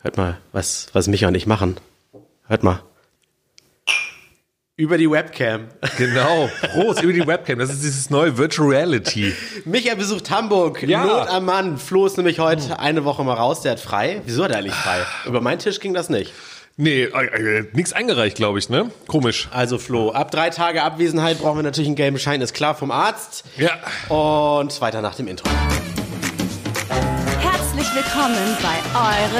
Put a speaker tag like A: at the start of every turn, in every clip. A: Hört mal, was, was Micha und ich machen. Hört mal. Über die Webcam.
B: Genau, Prost über die Webcam. Das ist dieses neue Virtual Reality.
A: Micha besucht Hamburg.
B: Ja.
A: Not am Mann. Flo ist nämlich heute eine Woche mal raus. Der hat frei. Wieso hat er eigentlich frei? Über meinen Tisch ging das nicht.
B: Nee, äh, äh, nix eingereicht, glaube ich, ne? Komisch.
A: Also Flo, ab drei Tage Abwesenheit brauchen wir natürlich einen gelben Schein. Ist klar vom Arzt.
B: Ja.
A: Und weiter nach dem Intro.
C: Herzlich willkommen bei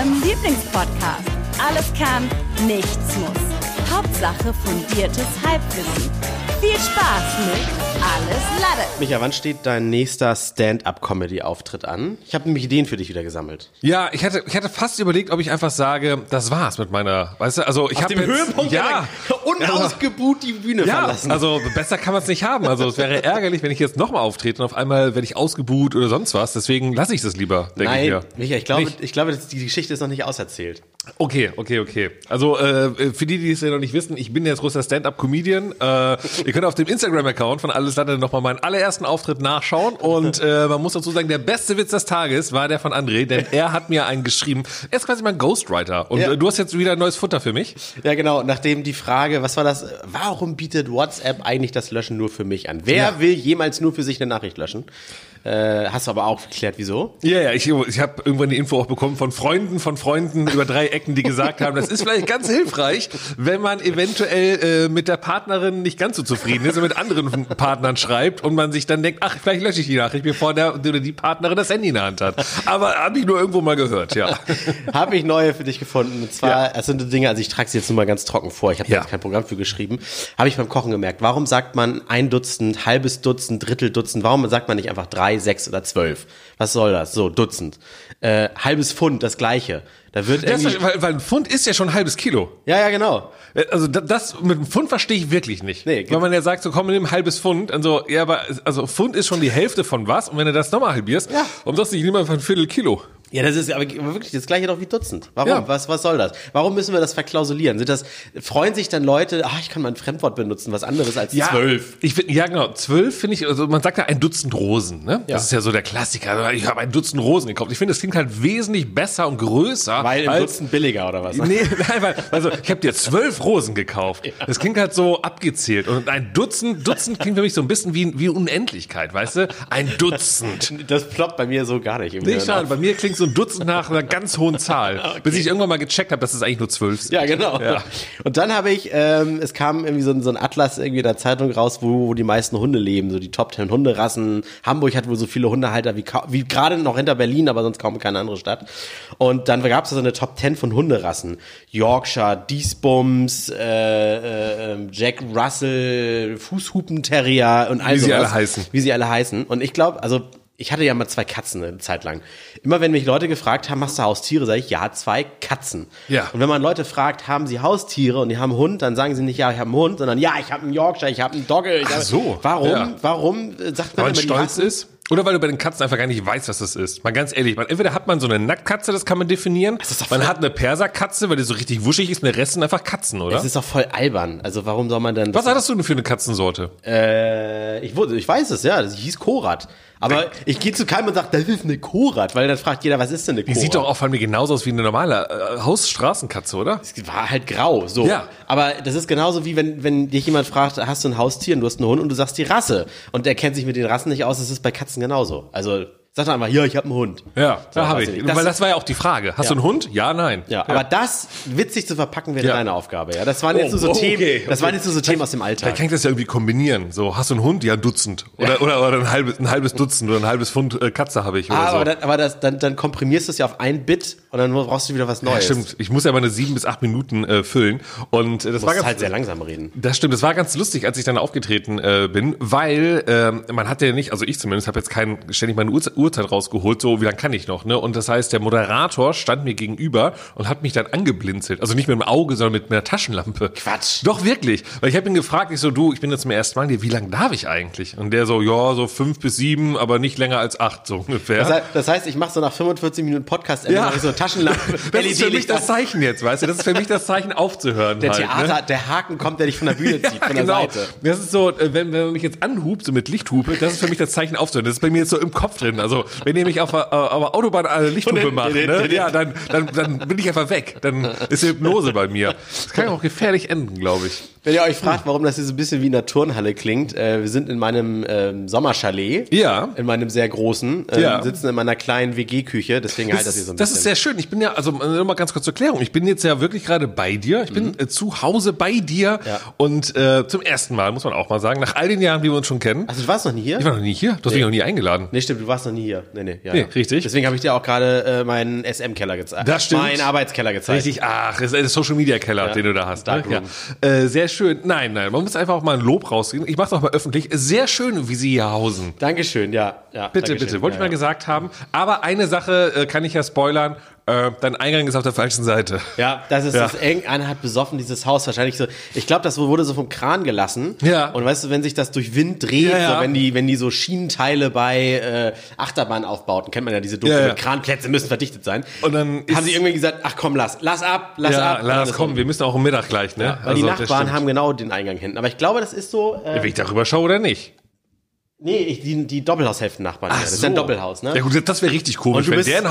C: eurem Lieblingspodcast. Alles kann, nichts muss. Hauptsache fundiertes Halbwissen. Viel Spaß mit Alles Lade.
A: Micha, wann steht dein nächster Stand-up-Comedy-Auftritt an? Ich habe nämlich Ideen für dich wieder gesammelt.
B: Ja, ich hatte, ich hatte fast überlegt, ob ich einfach sage, das war's mit meiner, weißt du, also ich habe jetzt... ja, Also,
A: unausgebuht die Bühne
B: ja,
A: verlassen.
B: also besser kann man es nicht haben. Also es wäre ärgerlich, wenn ich jetzt nochmal auftrete und auf einmal werde ich ausgebuht oder sonst was. Deswegen lasse ich das lieber, denke ich
A: Nein,
B: mir.
A: Micha, ich glaube,
B: Nicht.
A: ich glaube, dass die Geschichte ist noch nicht auserzählt.
B: Okay, okay, okay. Also äh, für die, die es ja noch nicht wissen, ich bin jetzt großer Stand-up-Comedian. Äh, ihr könnt auf dem Instagram-Account von Alles Lande nochmal meinen allerersten Auftritt nachschauen. Und äh, man muss dazu sagen, der beste Witz des Tages war der von André, denn er hat mir einen geschrieben. Er ist quasi mein Ghostwriter. Und
A: Ja.
B: äh, du hast jetzt wieder ein neues Futter für mich.
A: Ja, genau. Nachdem die Frage, was war das? Warum bietet WhatsApp eigentlich das Löschen nur für mich an? Wer
B: Ja.
A: will jemals nur für sich eine Nachricht löschen? Äh, hast du aber auch geklärt, wieso?
B: Ja, ja, ich, ich habe irgendwann die Info auch bekommen von Freunden, von Freunden über drei Ecken, die gesagt haben, das ist vielleicht ganz hilfreich, wenn man eventuell äh, mit der Partnerin nicht ganz so zufrieden ist und mit anderen Partnern schreibt und man sich dann denkt, ach, vielleicht lösche ich die Nachricht, bevor der oder die Partnerin das Handy in der Hand hat. Aber habe ich nur irgendwo mal gehört, ja.
A: Habe ich neue für dich gefunden. Und zwar,
B: Ja.
A: es sind so Dinge, also ich trage sie jetzt nur mal ganz trocken vor. Ich habe
B: Ja.
A: da jetzt kein Programm für geschrieben. Habe ich beim Kochen gemerkt. Warum sagt man ein Dutzend, halbes Dutzend, Drittel Dutzend? Warum sagt man nicht einfach drei, sechs oder zwölf? Was soll das? So, Dutzend. Äh, halbes Pfund, das gleiche. Da wird
B: Das,
A: irgendwie.
B: weil, weil ein Pfund ist ja schon ein halbes Kilo.
A: Ja, ja, genau.
B: Also da- das mit dem Pfund verstehe ich wirklich nicht.
A: Nee, geht-
B: Weil man ja sagt, so komm, nimm ein halbes Pfund. Also, ja, aber also Pfund ist schon die Hälfte von was. Und wenn du das nochmal halbierst,
A: Ja.
B: warum sagst du, ich nehme einfach ein Viertel Kilo?
A: Ja, das ist aber wirklich das gleiche doch wie Dutzend. Warum?
B: Ja.
A: Was, was soll das? Warum müssen wir das verklausulieren? Sind das, freuen sich dann Leute, ach, ich kann mal ein Fremdwort benutzen, was anderes als zwölf?
B: Ich find, ja, genau. Zwölf finde ich, also man sagt ja ein Dutzend Rosen, ne?
A: Ja.
B: Das ist ja so der Klassiker. Also, Ich habe ein Dutzend Rosen gekauft. Ich finde, das klingt halt wesentlich besser und größer.
A: Weil im
B: als,
A: Dutzend billiger oder was?
B: Nee, nein, weil, also ich habe dir zwölf Rosen gekauft. Das klingt halt so abgezählt. Und ein Dutzend, Dutzend klingt für mich so ein bisschen wie, wie Unendlichkeit, weißt du? Ein Dutzend.
A: Das ploppt bei mir so gar nicht. Im
B: Nicht
A: Gehirn
B: schade,
A: auf.
B: bei mir klingt so ein Dutzend nach einer ganz hohen Zahl. Bis ich irgendwann mal gecheckt habe, dass es eigentlich nur zwölf sind.
A: Ja, genau.
B: Ja.
A: Und dann habe ich, ähm, es kam irgendwie so ein, so ein Atlas irgendwie in der Zeitung raus, wo, wo die meisten Hunde leben, so die Top 10 Hunderassen. Hamburg hat wohl so viele Hundehalter wie, ka- wie gerade noch hinter Berlin, aber sonst kaum keine andere Stadt. Und dann gab es so eine Top 10 von Hunderassen. Yorkshire, Diesbums, äh, äh, Jack Russell, Fußhupenterrier und all
B: Wie sie
A: sowas.
B: alle heißen.
A: Wie sie alle heißen. Und ich glaube, also ich hatte ja mal zwei Katzen eine Zeit lang. Immer wenn mich Leute gefragt haben, machst du Haustiere, sage ich, ja, zwei Katzen.
B: Ja.
A: Und wenn man Leute fragt, haben sie Haustiere und die haben einen Hund, dann sagen sie nicht, ja, ich habe einen Hund, sondern ja, ich habe einen Yorkshire, ich habe einen Dogge. Ich
B: Ach
A: hab-
B: so,
A: Warum,
B: ja.
A: warum äh, sagt man
B: Weil man
A: immer,
B: stolz
A: die Rassen-
B: ist? Oder weil du bei den Katzen einfach gar nicht weißt, was das ist. Mal ganz ehrlich, man, entweder hat man so eine Nacktkatze, das kann man definieren.
A: ist doch
B: Man
A: voll-
B: hat eine Perserkatze, weil die so richtig wuschig ist und der Rest sind einfach Katzen, oder?
A: Das ist doch voll albern. Also warum soll man denn...
B: Was hattest du denn für eine Katzensorte?
A: Äh, ich, wurde, ich weiß es, ja, das hieß Korat. Aber ich gehe zu keinem und sage, das ist eine Korat, weil dann fragt jeder, was ist denn eine
B: die
A: Korat?
B: sieht doch auch von mir genauso aus wie eine normale äh, Hausstraßenkatze, oder?
A: Es war halt grau, so.
B: Ja.
A: Aber das ist genauso wie wenn, wenn dich jemand fragt, hast du ein Haustier und du hast einen Hund und du sagst die Rasse. Und der kennt sich mit den Rassen nicht aus, das ist bei Katzen genauso. Also sag doch einfach, hier, ich habe einen Hund.
B: Ja,
A: So,
B: da habe
A: weiß
B: ich.
A: nicht. Das,
B: weil das war ja auch die Frage. Hast
A: Ja.
B: du einen Hund? Ja, nein.
A: ja, aber das witzig zu verpacken wäre
B: Ja.
A: deine Aufgabe, ja. Das waren jetzt
B: Oh,
A: nur so
B: okay,
A: Themen, das
B: okay.
A: waren jetzt nur so Themen aus dem
B: Da
A: Alltag.
B: kann ich das ja irgendwie kombinieren. So, hast du einen Hund? Ja, ein Dutzend. Oder, oder, oder ein, halbes, ein halbes Dutzend oder ein halbes Pfund äh, Katze habe ich. Oder
A: Ah,
B: so.
A: aber dann, aber das, dann, dann komprimierst du es ja auf ein Bit und dann brauchst du wieder was
B: ja,
A: Neues.
B: stimmt. Ich muss ja meine sieben bis acht Minuten äh, füllen. Und äh, das
A: Du
B: war
A: musst
B: ganz
A: halt sehr langsam reden.
B: Das stimmt, das war ganz lustig, als ich dann aufgetreten äh, bin, weil ähm, man hat ja nicht, also ich zumindest, habe jetzt kein, ständig meine Urze Uhrzeit rausgeholt, so wie lange kann ich noch, ne? Und das heißt, der Moderator stand mir gegenüber und hat mich dann angeblinzelt. Also nicht mit dem Auge, sondern mit einer Taschenlampe.
A: Quatsch.
B: Doch, wirklich. Weil ich habe ihn gefragt, ich so, du, ich bin jetzt zum ersten Mal hier, wie lange darf ich eigentlich? Und der so, ja, so fünf bis sieben, aber nicht länger als acht, so ungefähr.
A: Das, he- das heißt, also ich mache so nach 45 Minuten Podcast, Ende,
B: Ja.
A: mach ich so Taschenlampe, E
B: das ist für mich
A: LED-Licht
B: das Zeichen jetzt, weißt du? Das ist für mich das Zeichen aufzuhören.
A: Der
B: halt, ne?
A: Theater, der Haken kommt, der dich von der Bühne zieht, von der
B: genau.
A: Seite.
B: Das ist so, äh, wenn, wenn man mich jetzt anhupt, so mit Lichthupe, das ist für mich das Zeichen aufzuhören. Das ist bei mir jetzt so im Kopf drin. Also, wenn ihr mich auf der, auf der Autobahn eine Lichthupe
A: Und-
B: macht, ne? ja, dann, dann, dann bin ich einfach weg. Dann ist die Hypnose bei mir. Das kann auch gefährlich enden, glaube ich.
A: Wenn ihr euch fragt, warum das hier so ein bisschen wie in der Turnhalle klingt, äh, wir sind in meinem ähm, Sommerchalet.
B: Ja.
A: In meinem sehr großen. Ähm,
B: Ja.
A: Sitzen in meiner kleinen WG-Küche, deswegen halt das hier so ein
B: das
A: bisschen.
B: ist sehr schön. Ich bin ja, also äh, nochmal ganz kurz zur Klärung. Ich bin jetzt ja wirklich gerade bei dir. Ich bin äh, zu Hause bei dir.
A: Mhm. Ja.
B: Und äh, zum ersten Mal, muss man auch mal sagen, nach all den Jahren, wie wir uns schon kennen.
A: Achso, du warst noch nie hier?
B: Ich war noch nie hier. Du hast mich noch nie eingeladen.
A: Nee, stimmt, du warst noch nie hier. Nee, nee, ja.
B: Nee,
A: ja.
B: richtig.
A: Deswegen habe ich dir auch gerade äh, meinen SM-Keller gezeigt.
B: Das stimmt.
A: Meinen Arbeitskeller gezeigt.
B: Richtig, ach, das ist der Social Media Keller, den du da hast. Ne?
A: Darkroom.
B: Ja. Äh, sehr schön. Nein, nein, man muss einfach auch mal ein Lob rausgehen. Ich mache es auch mal öffentlich. Sehr schön, wie sie hier hausen.
A: Dankeschön, ja. ja
B: Bitte,
A: Dankeschön.
B: bitte, wollte ich
A: ja,
B: mal gesagt haben. Aber eine Sache äh, kann ich ja spoilern. Äh, dein Eingang ist auf der falschen Seite.
A: Ja, das ist
B: Ja.
A: das eng. Einer hat besoffen dieses Haus wahrscheinlich so. Ich glaube, das wurde so vom Kran gelassen.
B: Ja.
A: Und weißt du, wenn sich das durch Wind dreht,
B: Ja, ja.
A: So, wenn die, wenn die so Schienenteile bei äh, Achterbahnaufbauten, kennt man ja diese dunklen
B: Ja, ja.
A: Kranplätze müssen verdichtet sein.
B: Und dann
A: haben
B: ist-
A: sie irgendwie gesagt, ach komm, lass, lass ab, lass
B: ja,
A: ab.
B: Lars, komm, wir müssen auch am Mittag gleich, ne?
A: Weil die
B: das
A: Nachbarn
B: stimmt.
A: haben genau den Eingang hinten. Aber ich glaube, das ist so. Äh,
B: Wenn ich darüber schaue oder nicht?
A: nee, ich, die, die Doppelhaushälften-Nachbarn. hier. das ist ja ein Doppelhaus, ne?
B: Ja gut, das- das wäre richtig
A: Und
B: komisch,
A: du
B: wenn
A: bist-
B: deren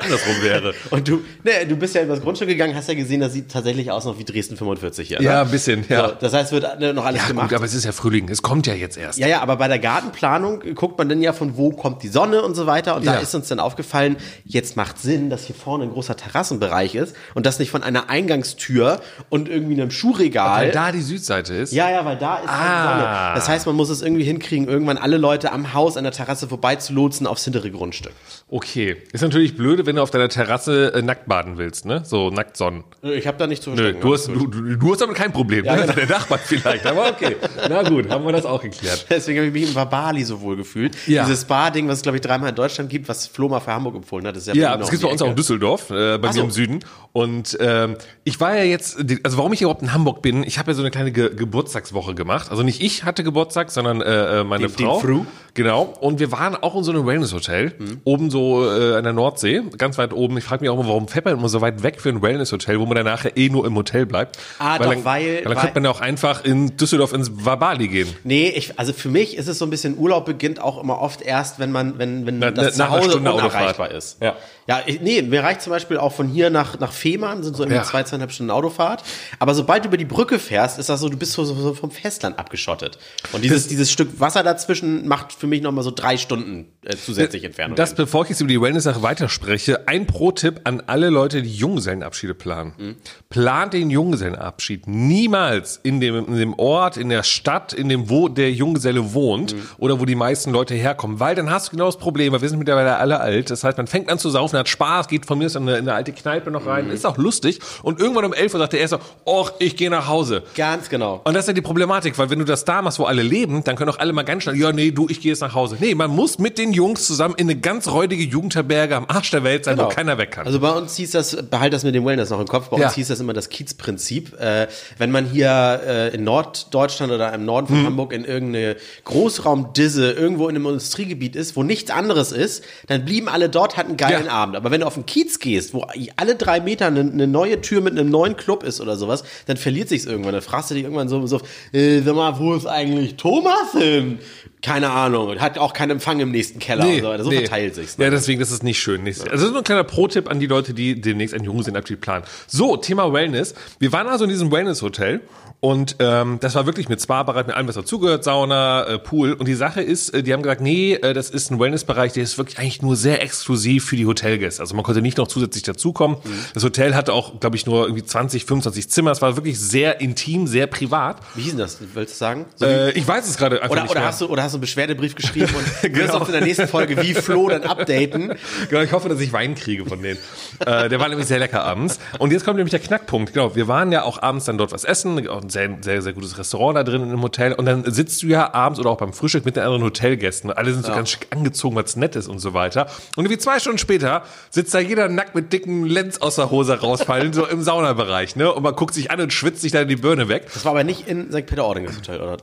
B: andersrum wäre.
A: Und du, ne, du bist ja übers Grundstück gegangen, hast ja gesehen, das sieht tatsächlich aus noch wie Dresden 45 hier. Ne?
B: Ja, ein bisschen, ja.
A: So, das heißt, wird ne, noch alles
B: Ja,
A: gemacht.
B: gut, aber es ist ja Frühling, es kommt ja jetzt erst.
A: Ja, ja, aber bei der Gartenplanung äh, guckt man dann ja von wo kommt die Sonne und so weiter. Und da
B: Ja.
A: ist uns dann aufgefallen, jetzt macht Sinn, dass hier vorne ein großer Terrassenbereich ist und das nicht von einer Eingangstür und irgendwie einem Schuhregal.
B: Weil da die Südseite ist.
A: ja, ja, weil da ist halt die
B: Ah.
A: Sonne. Das heißt, man muss es irgendwie hinkriegen, irgendwann alle Leute am Haus an der Terrasse vorbeizulotsen aufs hintere Grundstück.
B: Okay. Ist natürlich blöde, wenn du auf deiner Terrasse äh, nackt baden willst, ne? So Nacktsonnen.
A: Äh, Ich habe da nicht zu
B: Nö,
A: verstehen.
B: du, hast, du, du du hast damit kein Problem. ne? Der Nachbar vielleicht, aber okay. Na gut, haben wir das auch geklärt.
A: Deswegen habe ich mich in Bali so wohl gefühlt.
B: Ja.
A: Dieses Spa-Ding, was es, glaube ich, dreimal in Deutschland gibt, was Flo mal für Hamburg empfohlen hat. ist ja,
B: Ja,
A: Berlin
B: das
A: um
B: gibt's
A: die
B: bei uns auch in
A: Ecke.
B: Düsseldorf, äh, bei
A: Ach
B: mir
A: so.
B: im Süden. Und ähm, ich war ja jetzt, die- also warum ich überhaupt in Hamburg bin, ich habe ja so eine kleine Ge Geburtstagswoche gemacht. Also nicht ich hatte Geburtstag, sondern äh, äh, meine
A: Den- den
B: Frau.
A: Fru? Mhm.
B: Genau. Und wir waren auch in so einem Wellness-Hotel, oben so äh, an der Nordsee, ganz weit oben. Ich frage mich auch immer, warum fährt man immer so weit weg für ein Wellness-Hotel, wo man danach eh nur im Hotel bleibt.
A: Ah, doch,
B: dann,
A: weil-
B: Dann
A: weil-
B: könnte man ja auch einfach in Düsseldorf ins Wabali gehen.
A: Nee, ich, also für mich ist es so ein bisschen, Urlaub beginnt auch immer oft erst, wenn man, wenn, wenn
B: Na,
A: das
B: na- nach einer
A: Zuhause
B: Stunde Autofahrt.
A: unerreichbar ist.
B: Ja.
A: Ja, ich, nee, mir reicht zum Beispiel auch von hier nach, nach Fehmarn, sind so irgendwie
B: Ja.
A: zwei, zweieinhalb Stunden Autofahrt. Aber sobald du über die Brücke fährst, ist das so, du bist so, so, so vom Festland abgeschottet. Und dieses, dieses Stück Wasser dazwischen macht für mich nochmal so drei Stunden äh, zusätzlich Entfernung.
B: Das, bevor ich jetzt über die Wellness-Sache weiterspreche, ein Pro-Tipp an alle Leute, die Junggesellenabschiede planen. Plant den Junggesellenabschied niemals in dem, in dem Ort, in der Stadt, in dem, wo der Junggeselle wohnt oder wo die meisten Leute herkommen, weil dann hast du genau das Problem, weil wir sind mittlerweile alle alt. Das heißt, man fängt an zu saufen, hat Spaß, geht von mir aus in eine, in eine alte Kneipe noch rein, ist auch lustig und irgendwann um 11 Uhr sagt der Erste, och, ich gehe nach Hause.
A: Ganz genau.
B: Und das ist ja die Problematik, weil wenn du das da machst, wo alle leben, dann können auch alle mal ganz schnell, ja, nee, du, ich gehe jetzt nach Hause. Nee, man muss mit den Jungs zusammen in eine ganz räudige Jugendherberge am Arsch der Welt sein, wo
A: Genau.
B: keiner weg kann.
A: Also bei uns hieß das, behalt das mit dem Wellness noch im Kopf, bei
B: Ja.
A: uns hieß das immer das Kiezprinzip. Äh, wenn man hier äh, in Norddeutschland oder im Norden
B: Mhm.
A: von Hamburg in irgendeine Großraumdisse irgendwo in einem Industriegebiet ist, wo nichts anderes ist, dann blieben alle dort, hatten einen geilen
B: Ja.
A: Abend. Aber wenn du auf den Kiez gehst, wo alle drei Meter eine, eine neue Tür mit einem neuen Club ist oder sowas, dann verliert sich's irgendwann. Dann fragst du dich irgendwann so, so äh, sag mal, wo ist eigentlich Thomas hin? Keine Ahnung. Hat auch keinen Empfang im nächsten Keller. und so, weiter. so verteilt sich's. ne?
B: Ja, deswegen, das ist nicht schön. Nicht, also das ist nur ein kleiner Pro-Tipp an die Leute, die demnächst einen Junggesellenabschied planen. So, Thema Wellness. Wir waren also in diesem Wellness-Hotel und ähm, das war wirklich mit Spa-Bereich, mit allem, was dazugehört, Sauna, äh, Pool. Und die Sache ist, äh, die haben gesagt, nee, äh, das ist ein Wellness-Bereich, der ist wirklich eigentlich nur sehr exklusiv für die Hotelgäste. Also man konnte nicht noch zusätzlich dazukommen.
A: Mhm.
B: Das Hotel hatte auch, glaube ich, nur irgendwie 20, 25 Zimmer. Es war wirklich sehr intim, sehr privat.
A: Wie hieß denn das? Willst du sagen? So wie-
B: Äh, ich weiß es gerade einfach
A: Oder,
B: nicht
A: oder,
B: mehr.
A: hast du, oder hast du einen Beschwerdebrief geschrieben und wirst
B: Genau.
A: uns in der nächsten Folge wie Flo dann updaten?
B: Genau, ich hoffe, dass ich Wein kriege von denen. äh, der war nämlich sehr lecker abends. Und jetzt kommt nämlich der Knackpunkt. Genau, wir waren ja auch abends dann dort was essen, auch ein sehr, sehr, sehr gutes Restaurant da drin im Hotel. Und dann sitzt du ja abends oder auch beim Frühstück mit den anderen Hotelgästen. Alle sind so ganz schick angezogen, was nett ist und so weiter. Und irgendwie zwei Stunden später sitzt da jeder nackt mit dicken Lenz aus der Hose rausfallen, so im Saunabereich, ne? Und man guckt sich an und schwitzt sich dann die Birne weg.
A: Das war aber nicht in St. Peter-Ording das Hotel, oder?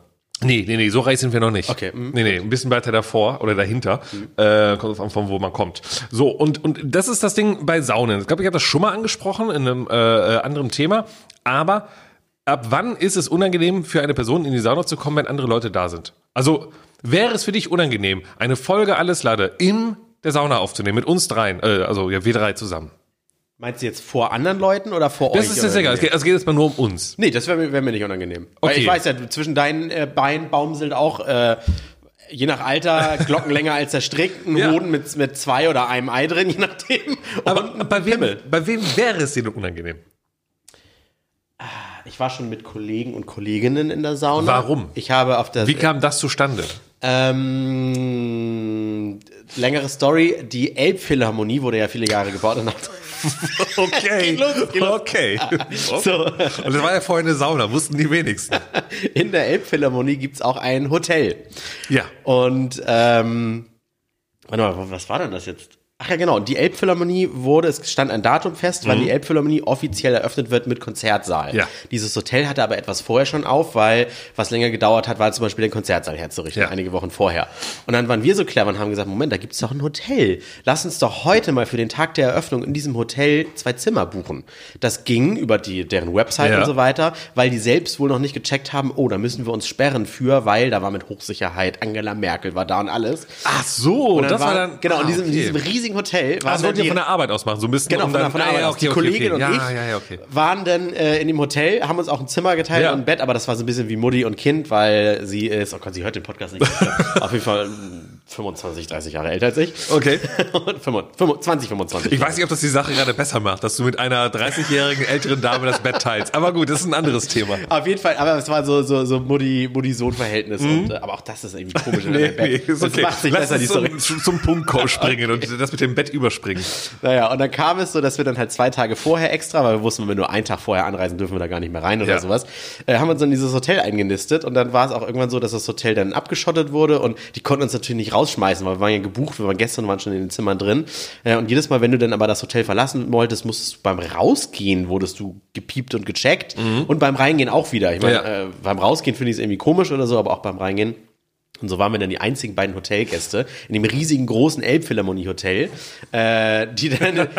B: Nee, nee, nee, so reich sind wir noch nicht.
A: Okay, mhm.
B: Nee, nee, ein bisschen weiter davor oder dahinter. Äh, kommt drauf an, von wo man kommt. So, und, und das ist das Ding bei Saunen. Ich glaube, ich habe das schon mal angesprochen in einem äh, äh, anderen Thema. Aber ab wann ist es unangenehm für eine Person in die Sauna zu kommen, wenn andere Leute da sind? Also wäre es für dich unangenehm, eine Folge alles lade im der Sauna aufzunehmen, mit uns dreien, äh, also ja, wir drei zusammen.
A: Meinst du jetzt vor anderen Leuten oder vor euch?
B: Das ist jetzt
A: oder
B: egal, es
A: wie?
B: geht, es geht jetzt mal nur um uns.
A: Nee, das wäre mir, wär mir nicht unangenehm. Weil
B: Okay.
A: ich weiß ja, du- zwischen deinen äh, Beinen baumselt auch, äh, je nach Alter, Glocken länger als der Strick, ein
B: Ja.
A: Hoden mit, mit zwei oder einem Ei drin, je nachdem.
B: Aber bei wem, bei wem wäre es dir denn unangenehm?
A: Ich war schon mit Kollegen und Kolleginnen in der Sauna.
B: Warum?
A: Ich habe auf der
B: Wie kam das zustande?
A: ähm, längere Story. Die Elbphilharmonie wurde ja viele Jahre gebaut. Und
B: Okay,
A: Geht los, geht los. Ah,
B: okay.
A: so.
B: Und das war ja vorhin eine Sauna, wussten die wenigsten.
A: In der Elbphilharmonie gibt's auch ein Hotel.
B: Ja.
A: Und ähm, warte mal, was war denn das jetzt? Ach ja, genau. Die Elbphilharmonie wurde, es stand ein Datum fest, wann die Elbphilharmonie offiziell eröffnet wird mit Konzertsaal.
B: Mhm. Ja.
A: Dieses Hotel hatte aber etwas vorher schon auf, weil was länger gedauert hat, war zum Beispiel den Konzertsaal herzurichten,
B: Ja.
A: einige Wochen vorher. Und dann waren wir so clever und haben gesagt, Moment, da gibt's doch ein Hotel. Lass uns doch heute mal für den Tag der Eröffnung in diesem Hotel zwei Zimmer buchen. Das ging über die, deren Website
B: Ja.
A: und so weiter, weil die selbst wohl noch nicht gecheckt haben, oh, da müssen wir uns sperren für, weil da war mit Hochsicherheit, Angela Merkel war da und alles.
B: Ach so,
A: Und dann
B: das war
A: war-
B: dann.
A: Genau, in
B: ah,
A: diesem, in
B: okay.
A: diesem riesigen Hotel waren
B: Das wollt ihr
A: dann
B: von
A: die-
B: der Arbeit aus machen, so ein bisschen.
A: Genau,
B: um
A: von der,
B: dann-
A: von der
B: ah,
A: Arbeit.
B: ja,
A: aus.
B: okay,
A: die
B: okay,
A: Kollegin
B: okay.
A: und
B: ja,
A: ich
B: Ja, ja, okay.
A: waren dann äh, in dem Hotel, haben uns auch ein Zimmer geteilt
B: Ja.
A: und ein Bett, aber das war so ein bisschen wie Mutti und Kind, weil sie ist, oh Gott, sie hört den Podcast nicht. auf jeden Fall mm, 25, 30 Jahre älter als ich.
B: Okay.
A: Und 25, 20, 25.
B: Ich weiß nicht, ob das die Sache gerade besser macht, dass du mit einer 30-jährigen älteren Dame das Bett teilst. Aber gut, das ist ein anderes Thema.
A: Auf jeden Fall, aber es war so, so, so Mutti, Mutti-Sohn-Verhältnis. und, äh, Aber auch das ist irgendwie komisch. in einem Bett.
B: Mhm. ist
A: Das macht sich
B: Lass
A: besser,
B: uns
A: die Story.
B: zum, zum, zum Punktcall springen und das mit dem Bett überspringen.
A: Naja, und dann kam es so, dass wir dann halt zwei Tage vorher extra, weil wir wussten, wenn wir nur einen Tag vorher anreisen, dürfen wir da gar nicht mehr rein oder
B: Ja.
A: sowas, äh, haben uns dann dieses Hotel eingenistet und dann war es auch irgendwann so, dass das Hotel dann abgeschottet wurde und die konnten uns natürlich nicht rausschmeißen, weil wir waren ja gebucht, wir waren gestern waren schon in den Zimmern drin. Äh, und jedes Mal, wenn du dann aber das Hotel verlassen wolltest, musstest du beim Rausgehen, wurdest du gepiept und gecheckt
B: Mhm.
A: und beim Reingehen auch wieder. Ich meine,
B: Ja.
A: äh, beim Rausgehen finde ich es irgendwie komisch oder so, aber auch beim Reingehen. Und so waren wir dann die einzigen beiden Hotelgäste in dem riesigen großen Elbphilharmonie-Hotel, äh, die dann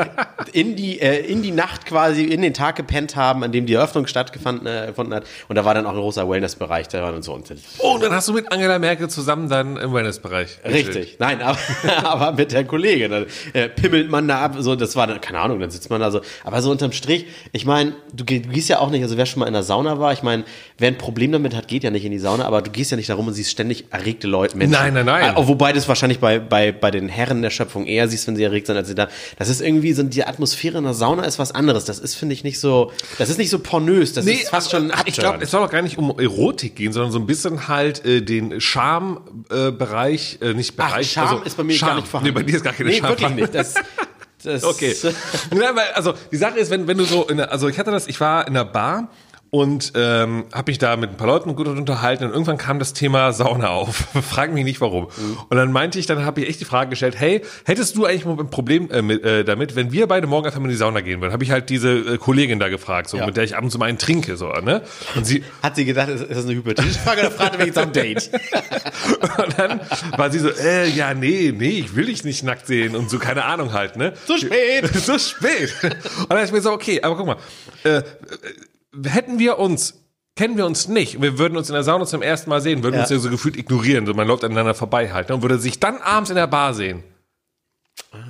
A: in die, äh, in die Nacht quasi in den Tag gepennt haben, an dem die Eröffnung stattgefunden äh, gefunden hat. Und da war dann auch ein großer Wellnessbereich, da waren und so und
B: Oh, und dann hast du mit Angela Merkel zusammen dann im Wellnessbereich. gechillt.
A: Richtig, nein, aber, aber mit der Kollegin. Dann äh, pimmelt man da ab, so, das war, dann- keine Ahnung, dann sitzt man da so. Aber so unterm Strich, ich meine, du, geh- du gehst ja auch nicht, also wer schon mal in der Sauna war, ich meine, wer ein Problem damit hat, geht ja nicht in die Sauna, aber du gehst ja nicht darum und siehst ständig erregte Leute, Menschen.
B: Nein, nein, nein.
A: Äh, wobei das wahrscheinlich bei, bei, bei den Herren der Schöpfung eher siehst, wenn sie erregt sind, als sie da. Das ist irgendwie so, die Atmosphäre in der Sauna ist was anderes. Das ist, finde ich, nicht so, das ist nicht so pornös, das ist fast schon
B: ach, ich glaube,
A: abtörend.
B: es soll auch gar nicht um Erotik gehen, sondern so ein bisschen halt äh, den Charme-Bereich, äh, Bereich, äh, nicht Bereich.
A: Ach, Charme
B: also,
A: ist bei mir
B: Charme.
A: gar nicht vorhanden.
B: Nee, bei dir ist gar keine
A: Nee,
B: Charme.
A: wirklich nicht. Das, das
B: Okay. Nein, weil, also die Sache ist, wenn, wenn du so, in der, also ich hatte das, ich war in einer Bar und ähm, habe mich da mit ein paar Leuten gut unterhalten und irgendwann kam das Thema Sauna auf. Frag mich nicht warum. Und dann meinte ich, dann habe ich echt die Frage gestellt, hey, hättest du eigentlich mal ein Problem äh, mit, äh, damit, wenn wir beide morgen einfach mal in die Sauna gehen würden? Habe ich halt diese äh, Kollegin da gefragt, so
A: Ja.
B: mit der ich ab und zu mal einen trinke, so, ne? Und sie,
A: Hat sie gedacht, ist, ist das eine hypothetische Frage oder fragte mich jetzt am Date?
B: und dann war sie so, äh, ja, nee, nee, ich will dich nicht nackt sehen und so, keine Ahnung halt, ne?
A: Zu spät.
B: so spät. Und dann ist mir so, okay, aber guck mal, äh, äh, hätten wir uns, kennen wir uns nicht, wir würden uns in der Sauna zum ersten Mal sehen, würden
A: Ja.
B: uns ja so gefühlt ignorieren, so man läuft aneinander vorbei halt, ne, und würde sich dann abends in der Bar sehen.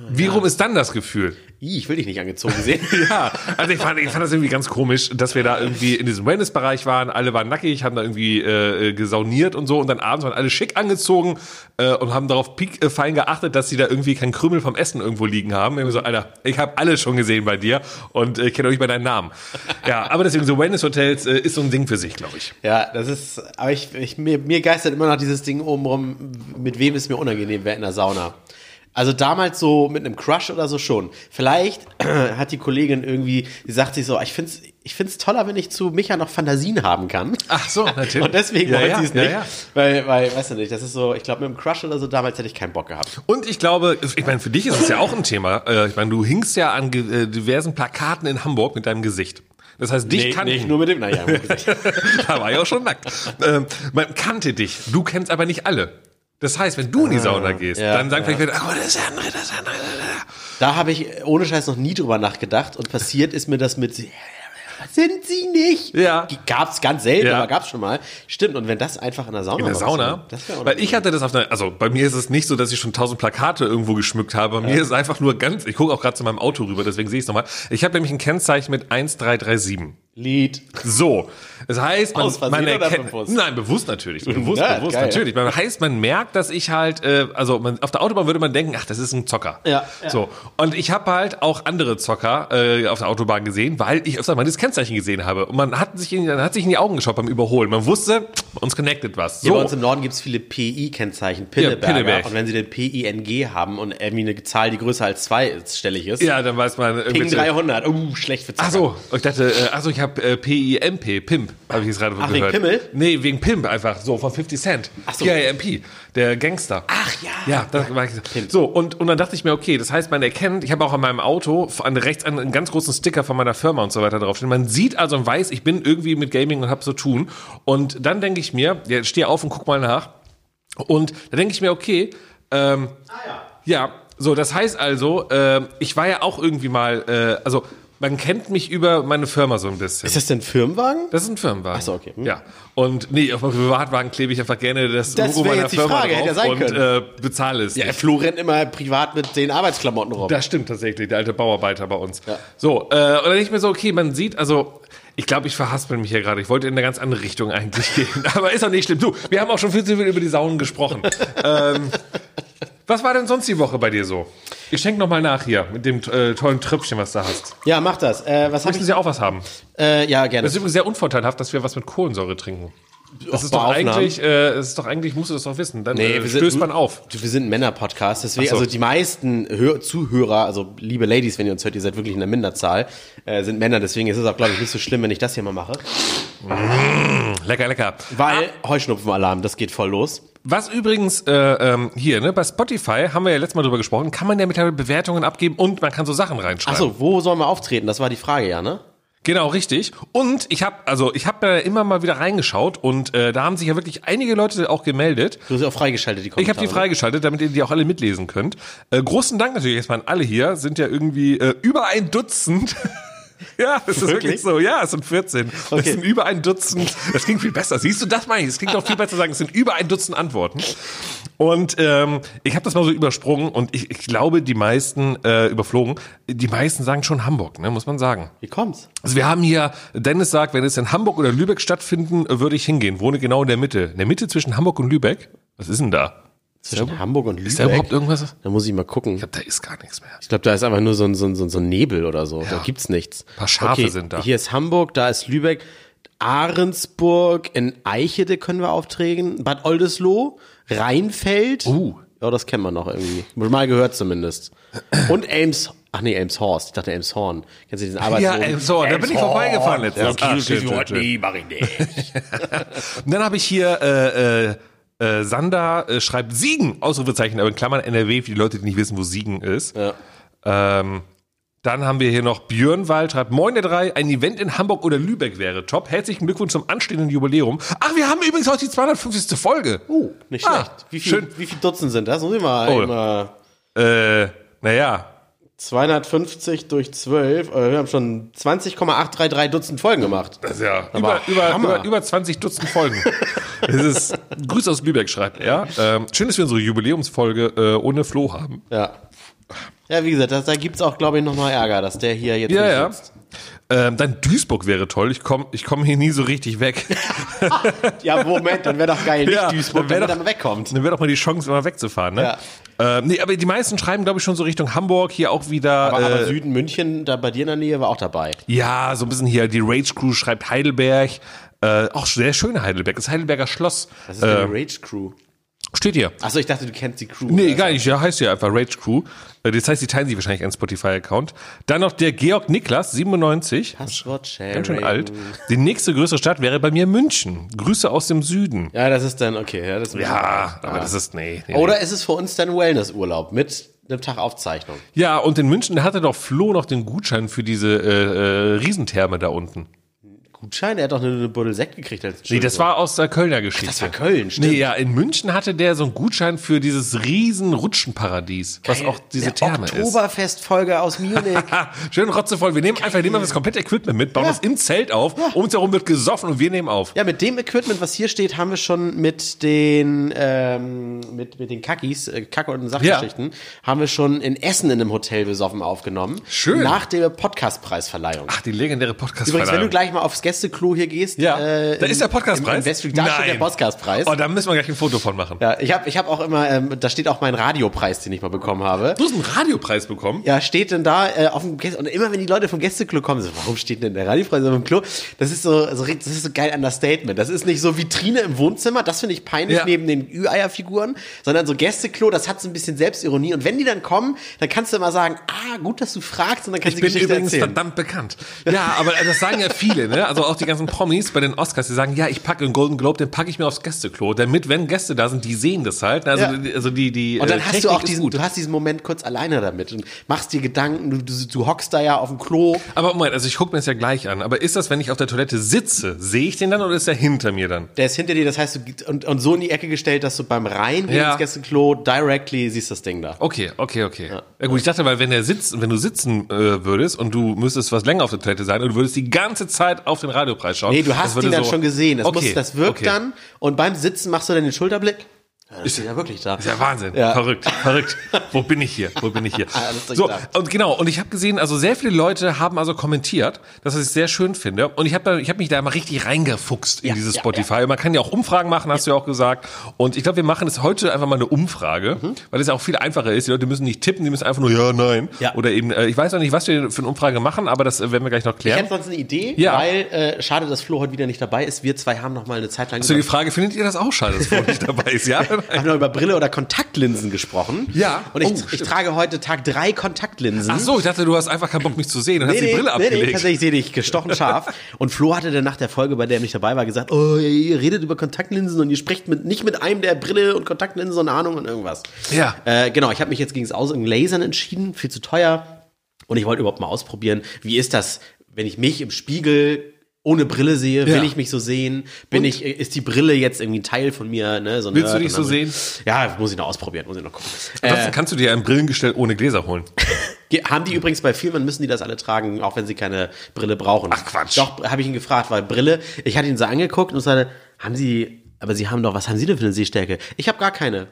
B: Wie rum ist dann das Gefühl?
A: Ih, ich will dich nicht angezogen sehen.
B: Ja, also ich fand, ich fand das irgendwie ganz komisch, dass wir da irgendwie in diesem Wellness-Bereich waren. Alle waren nackig, haben da irgendwie äh, äh, gesauniert und so. Und dann abends waren alle schick angezogen äh, und haben darauf piek, äh, fein geachtet, dass sie da irgendwie kein Krümel vom Essen irgendwo liegen haben. Irgendwie so, Alter, ich habe alles schon gesehen bei dir und äh, ich kenne euch bei deinen Namen. Ja, aber deswegen so Wellness-Hotels äh, ist so ein Ding für sich, glaube ich.
A: Ja, das ist, aber ich, ich, mir, mir geistert immer noch dieses Ding oben rum, mit wem es mir unangenehm wäre in der Sauna. Also damals so mit einem Crush oder so schon. Vielleicht hat die Kollegin irgendwie, die sagt sich so, "Ah, ich find's, ich find's toller, wenn ich zu Micha noch Fantasien haben kann.
B: Ach so, natürlich.
A: Und deswegen
B: Ja,
A: wollte
B: ja,
A: sie es
B: ja,
A: nicht.
B: ja.
A: Weil, weil, weißt du nicht, das ist so, ich glaube, mit einem Crush oder so damals hätte ich keinen Bock gehabt.
B: Und ich glaube, ich meine, für dich ist es ja auch ein Thema. Äh, Ich meine, du hingst ja an ge- äh, diversen Plakaten in Hamburg mit deinem Gesicht. Das heißt, dich
A: Nee,
B: kannten.
A: nicht nur mit dem, naja,
B: da war ich auch schon nackt. Ähm, man kannte dich, du kennst aber nicht alle. Das heißt, wenn du in die Sauna gehst,
A: Ah, ja,
B: dann sagen vielleicht wieder, oh, das ist der andere, das ist der andere.
A: Da habe ich ohne Scheiß noch nie drüber nachgedacht und passiert ist mir das mit sind sie nicht.
B: Ja.
A: Gab's ganz selten,
B: Ja.
A: aber gab's schon mal. Stimmt, und wenn das einfach in der Sauna
B: In der
A: war,
B: Sauna?
A: ne? Das wär auch
B: Weil ich hatte das auf der, also bei mir ist es nicht so, dass ich schon tausend Plakate irgendwo geschmückt habe. Bei mir ist einfach nur ganz, ich gucke auch gerade zu meinem Auto rüber, deswegen sehe ich es nochmal. Ich habe nämlich ein Kennzeichen mit 1337.
A: Lied.
B: So, das heißt, man,
A: Aus Versehen
B: man
A: oder
B: erkennt,
A: bewusst?
B: nein, bewusst natürlich, bewusst,
A: Ja,
B: bewusst
A: geil.
B: natürlich. Man heißt, man merkt, dass ich halt, äh, also man, auf der Autobahn würde man denken, ach, das ist ein Zocker.
A: Ja, ja.
B: So und ich habe halt auch andere Zocker äh, auf der Autobahn gesehen, weil ich öfter mal das Kennzeichen gesehen habe und man hat sich, in, man hat sich in die Augen geschaut beim Überholen. Man wusste, uns connected was.
A: Ja,
B: So.
A: bei uns im Norden gibt's viele PI-Kennzeichen, Pilleberger.
B: Ja, Pilleberg.
A: Und wenn sie den PING haben und irgendwie eine Zahl, die größer als zwei ist, stellig ist.
B: ja, dann weiß man.
A: Ping
B: irgendwelche-
A: 300. Oh, schlecht für Zocker.
B: Ach so, ich dachte, äh, ach so, ich habe äh, PIMP, Pimp, habe ich jetzt gerade
A: Ach, wegen
B: gehört.
A: Pimmel?
B: Nee, wegen Pimp einfach, so von 50 Cent.
A: Ach so.
B: PIMP, der Gangster.
A: Ach ja.
B: Ja, das war ich. So, und, und dann dachte ich mir, okay, das heißt, man erkennt, ich habe auch an meinem Auto an rechts einen, einen ganz großen Sticker von meiner Firma und so weiter draufstehen. Man sieht also und weiß, ich bin irgendwie mit Gaming und hab zu tun. Und dann denke ich mir, ja, steh auf und guck mal nach. Und da denke ich mir, okay, ähm, ja, so, das heißt also, ähm, ich war ja auch irgendwie mal, äh, also man kennt mich über meine Firma so ein bisschen.
A: Ist das denn ein Firmenwagen?
B: Das ist ein Firmenwagen.
A: so, okay. Hm.
B: Ja. Und nee, auf meinem Privatwagen klebe ich einfach gerne das,
A: Das
B: Logo
A: wäre
B: meiner
A: jetzt die
B: Firma
A: Frage,
B: drauf
A: hätte ja sein
B: und
A: können.
B: Äh, bezahle es.
A: Ja,
B: nicht.
A: Flo rennt immer privat mit den Arbeitsklamotten rum.
B: Das stimmt tatsächlich, der alte Bauarbeiter bei uns.
A: Ja.
B: So, äh, und dann denke ich mir so, okay, man sieht, also ich glaube, ich verhaspel mich hier gerade. Ich wollte in eine ganz andere Richtung eigentlich gehen, aber ist auch nicht schlimm. Du, wir haben auch schon viel zu viel über die Saunen gesprochen. ähm, was war denn sonst die Woche bei dir so? Ich schenke nochmal nach hier mit dem äh, tollen Tröpfchen, was du hast.
A: Ja, mach das. Äh, was hab
B: Müssen
A: ich?
B: Sie auch was haben.
A: Äh, ja, gerne.
B: Das ist übrigens sehr unvorteilhaft, dass wir was mit Kohlensäure trinken. Das ist
A: bei
B: doch
A: Aufnahmen.
B: eigentlich, äh, das ist doch eigentlich, musst du das doch wissen. Dann
A: Nee,
B: äh,
A: wir sind-
B: stößt man auf.
A: Du, Wir sind ein Männer-Podcast, deswegen,
B: Ach so.
A: also die meisten Hör Zuhörer, also liebe Ladies, wenn ihr uns hört, ihr seid wirklich in der Minderzahl, äh, sind Männer, deswegen ist es auch, glaube ich, nicht so schlimm, wenn ich das hier mal mache.
B: Lecker, lecker.
A: Weil Heuschnupfenalarm, das geht voll los.
B: Was übrigens äh, ähm, hier, ne, bei Spotify haben wir ja letztes Mal drüber gesprochen, kann man ja mittlerweile Bewertungen abgeben und man kann so Sachen reinschreiben.
A: Achso, wo sollen wir auftreten? Das war die Frage, ja, ne?
B: Genau, richtig. Und ich habe also ich habe da immer mal wieder reingeschaut und äh, da haben sich ja wirklich einige Leute auch gemeldet.
A: Du hast ja auch freigeschaltet, die
B: Ich
A: Kommentare.
B: habe die freigeschaltet, damit ihr die auch alle mitlesen könnt. Äh, großen Dank natürlich erstmal an alle hier. Sind ja irgendwie äh, über ein Dutzend. ja, das ist wirklich?
A: Wirklich?
B: so. Ja, es sind 14. Es
A: Okay.
B: sind über ein Dutzend. Das klingt viel besser. Siehst du, das meine ich. Es klingt auch viel besser zu sagen, es sind über ein Dutzend Antworten. Und ähm, ich habe das mal so übersprungen und ich, ich glaube, die meisten äh, überflogen. Die meisten sagen schon Hamburg, ne, muss man sagen.
A: ne? Wie kommt's?
B: Also wir haben hier, Dennis sagt, wenn es in Hamburg oder Lübeck stattfinden, äh, würde ich hingehen. Wohne genau in der Mitte. In der Mitte zwischen Hamburg und Lübeck. Was ist denn da?
A: Zwischen Hamburg und Lübeck.
B: Ist da überhaupt irgendwas?
A: Da muss ich mal gucken.
B: Da ist gar nichts mehr.
A: Ich glaube, da ist einfach nur so ein, so ein, so ein- so ein Nebel oder so. Da gibt's nichts. Ein
B: paar Schafe sind da.
A: Hier ist Hamburg, da ist Lübeck, Ahrensburg, in Eichede können wir auftreten, Bad Oldesloe, Rheinfeld.
B: Uh.
A: Ja, das kennen wir noch irgendwie. Mal gehört zumindest. Und Elms. Ach nee, Elmshorst. Ich dachte Elmshorn. Kennst du diesen Arbeitslosen?
B: Elmshorn, da bin ich vorbeigefahren letztens.
A: Ja,
B: Ah,
A: okay,
B: schön,
A: schön,
B: schön, schön.
A: Nee, mach ich nicht.
B: Und dann habe ich hier äh, äh, äh, Sander äh, schreibt Siegen, Ausrufezeichen, aber in Klammern NRW, für die Leute, die nicht wissen, wo Siegen ist. Ähm, dann haben wir hier noch Björnwald, schreibt Moin der drei, ein Event in Hamburg oder Lübeck wäre top. Herzlichen Glückwunsch zum anstehenden Jubiläum. Ach, wir haben übrigens heute die 250. Folge.
A: Oh, nicht
B: Ah,
A: schlecht. Wie viel,
B: schön.
A: wie viel Dutzend sind das? Muss ich mal
B: Oh.
A: immer
B: Äh, naja,
A: 250 durch 12, äh, wir haben schon 20,833 Dutzend Folgen gemacht.
B: Das ist ja über,
A: Aber
B: über,
A: Hammer.
B: über, über 20 Dutzend Folgen. das ist, Grüß aus Lübeck schreibt er. Ähm, schön, dass wir unsere Jubiläumsfolge äh, ohne Flo haben.
A: Ja. Ja, wie gesagt, das, da gibt's auch, glaube ich, nochmal Ärger, dass der hier jetzt
B: Ja,
A: nicht
B: ja.
A: sitzt.
B: Ähm, dann Duisburg wäre toll. Ich komme ich komm hier nie so richtig weg.
A: Ja, Moment, dann wäre doch geil, nicht
B: Ja,
A: Duisburg,
B: dann wär
A: wenn er
B: doch-
A: dann wegkommt.
B: Dann wäre doch mal die Chance, immer wegzufahren. Ne? Ähm, nee, aber die meisten schreiben, glaube ich, schon so Richtung Hamburg. Hier auch wieder.
A: Aber,
B: äh,
A: aber Süden, München, da bei dir in der Nähe war auch dabei.
B: Ja, so ein bisschen hier, die Rage Crew schreibt Heidelberg. Äh, auch sehr schön Heidelberg. Das Heidelberger Schloss. ähm,
A: Das ist ja die Rage Crew.
B: Steht hier.
A: Achso, ich dachte, du kennst die Crew.
B: Nee, egal, ich ja, heißt ja einfach Rage Crew. Äh, Das heißt, die teilen sich wahrscheinlich einen Spotify-Account. Dann noch der Georg Niklas, 97.
A: Passwort Sharing.
B: Ganz schön alt. Die nächste größere Stadt wäre bei mir München. Grüße aus dem Süden.
A: Ja, das ist dann, okay. Ja, das
B: Ja, aber das ist, nee. nee.
A: Oder ist es für uns dann Wellnessurlaub mit einem Tag Aufzeichnung?
B: Ja, und in München hatte doch Flo noch den Gutschein für diese äh, äh, Riesentherme da unten.
A: Gutschein? Er hat doch eine, eine Buddel Sekt gekriegt als
B: Nee, das war aus der Kölner Geschichte.
A: das war Köln, stimmt.
B: Nee, ja, in München hatte der so einen Gutschein für dieses riesen Rutschenparadies, was auch diese
A: Eine
B: Therme ist.
A: Oktoberfestfolge aus Munich.
B: Ha, schön rotzevoll. Wir nehmen einfach, nehmen wir das komplette Equipment mit, bauen
A: Ja.
B: das im Zelt auf, um uns herum wird gesoffen und wir nehmen auf.
A: Ja, mit dem Equipment, was hier steht, haben wir schon mit den ähm, mit, mit den Kackis, äh, Kacke und Sachgeschichten, haben wir schon in Essen in einem Hotel besoffen aufgenommen.
B: Schön.
A: Nach der Podcastpreisverleihung.
B: Ach, die legendäre podcast
A: Übrigens, wenn du gleich mal aufs Gästeklo hier gehst,
B: Ja,
A: äh,
B: da
A: im-
B: ist der
A: Im,
B: Podcastpreis.
A: im Westflügel, da steht der Podcastpreis.
B: Oh, da müssen wir gleich ein Foto von machen.
A: ja, ich habe ich hab auch immer, ähm, da steht auch mein Radiopreis, den ich mal bekommen habe.
B: Du hast einen Radiopreis bekommen.
A: Ja, steht denn da äh, auf dem Gäste und immer wenn die Leute vom Gästeklo kommen, so, warum steht denn der Radiopreis auf dem Klo? Das ist so, so ri- das ist so geil Understatement. Das ist nicht so Vitrine im Wohnzimmer, das finde ich peinlich
B: Ja.
A: neben den Ü-Eier-Figuren, sondern so Gästeklo, das hat so ein bisschen Selbstironie. Und wenn die dann kommen, dann kannst du immer sagen, ah, gut, dass du fragst und dann kannst du die
B: Ich bin
A: Geschichte
B: übrigens
A: erzählen.
B: verdammt bekannt. Ja, aber das sagen ja viele, ne? Also auch die ganzen Promis bei den Oscars, die sagen, ja, ich packe einen Golden Globe, den packe ich mir aufs Gästeklo, damit, wenn Gäste da sind, die sehen das halt. Also,
A: Ja.
B: die- also die, die.
A: Und dann
B: äh,
A: hast
B: Technik
A: du auch
B: ist
A: diesen, du hast diesen Moment kurz alleine damit und machst dir Gedanken, du, du, du hockst da ja auf dem Klo.
B: Aber Moment, also ich gucke mir das ja gleich an. Aber ist das, wenn ich auf der Toilette sitze, sehe ich den dann oder ist er hinter mir dann?
A: Der ist hinter dir, das heißt, du, und, und so in die Ecke gestellt, dass du beim Rein
B: Ja.
A: ins Gästeklo directly siehst das Ding da.
B: Okay, okay, okay. Ja, gut, ich dachte, weil wenn er sitzt und wenn du sitzen äh, würdest und du müsstest was länger auf der Toilette sein und du würdest die ganze Zeit auf den Radiopreis schauen.
A: Nee, du
B: das
A: hast
B: würde
A: ihn dann
B: so-
A: schon gesehen. Das,
B: okay,
A: muss, das wirkt
B: okay.
A: dann. Und beim Sitzen machst du dann den Schulterblick. Ja, das ist ja wirklich da.
B: Ist ja Wahnsinn.
A: Ja. Ah,
B: Verrückt, verrückt. Wo bin ich hier? Wo bin ich hier?
A: Alles
B: so,
A: durchdacht.
B: und genau, und ich habe gesehen, also sehr viele Leute haben also kommentiert, dass ich es sehr schön finde. Und ich habe ich hab mich da mal richtig reingefuchst in
A: Ja,
B: dieses
A: ja,
B: Spotify. Man kann ja auch Umfragen machen, hast du ja auch gesagt. Und ich glaube, wir machen es heute einfach mal eine Umfrage,
A: Mhm.
B: weil es ja auch viel einfacher ist. Die Leute müssen nicht tippen, die müssen einfach nur ja, nein.
A: Ja.
B: Oder eben, äh, ich weiß noch nicht, was wir für eine Umfrage machen, aber das äh, werden wir gleich noch
A: Ich
B: klären.
A: hätte sonst eine Idee,
B: Ja.
A: weil äh, schade, dass Flo heute wieder nicht dabei ist. Wir zwei haben noch mal eine Zeit lang
B: So, die
A: über,
B: Frage, findet ihr das auch schade, dass Flo nicht dabei ist? Ja?
A: haben noch über Brille oder Kontaktlinsen gesprochen.
B: Ja.
A: Und ich,
B: Oh,
A: ich
B: stimmt.
A: trage heute Tag drei Kontaktlinsen.
B: Ach so, ich dachte, du hast einfach keinen Bock, mich zu sehen und hast die Brille abgelegt.
A: tatsächlich sehe ich gestochen scharf. Und Flo hatte dann nach der Folge, bei der er nicht dabei war, gesagt, oh, ihr redet über Kontaktlinsen und ihr sprecht mit, nicht mit einem der Brille und Kontaktlinsen, sondern Ahnung und irgendwas.
B: Ja.
A: Äh, genau, ich habe mich jetzt gegen das Aus und Lasern entschieden, viel zu teuer. Und ich wollte überhaupt mal ausprobieren, wie ist das, wenn ich mich im Spiegel ohne Brille sehe, will
B: Ja.
A: ich mich so sehen? Bin ich, ist die Brille jetzt irgendwie ein Teil von mir? Ne? So ein
B: Willst
A: Nerd
B: du dich
A: und
B: so
A: dann-
B: sehen?
A: Ja, muss ich noch ausprobieren, muss ich noch gucken.
B: Ansonsten kannst du dir ein Brillengestell ohne Gläser holen.
A: Ge- Haben die übrigens bei Filmen müssen die das alle tragen, auch wenn sie keine Brille brauchen. Ach
B: Quatsch.
A: Doch, habe ich ihn gefragt, weil Brille, ich hatte ihn so angeguckt und sagte, haben sie, aber sie haben doch, was haben sie denn für eine Sehstärke? Ich habe gar keine.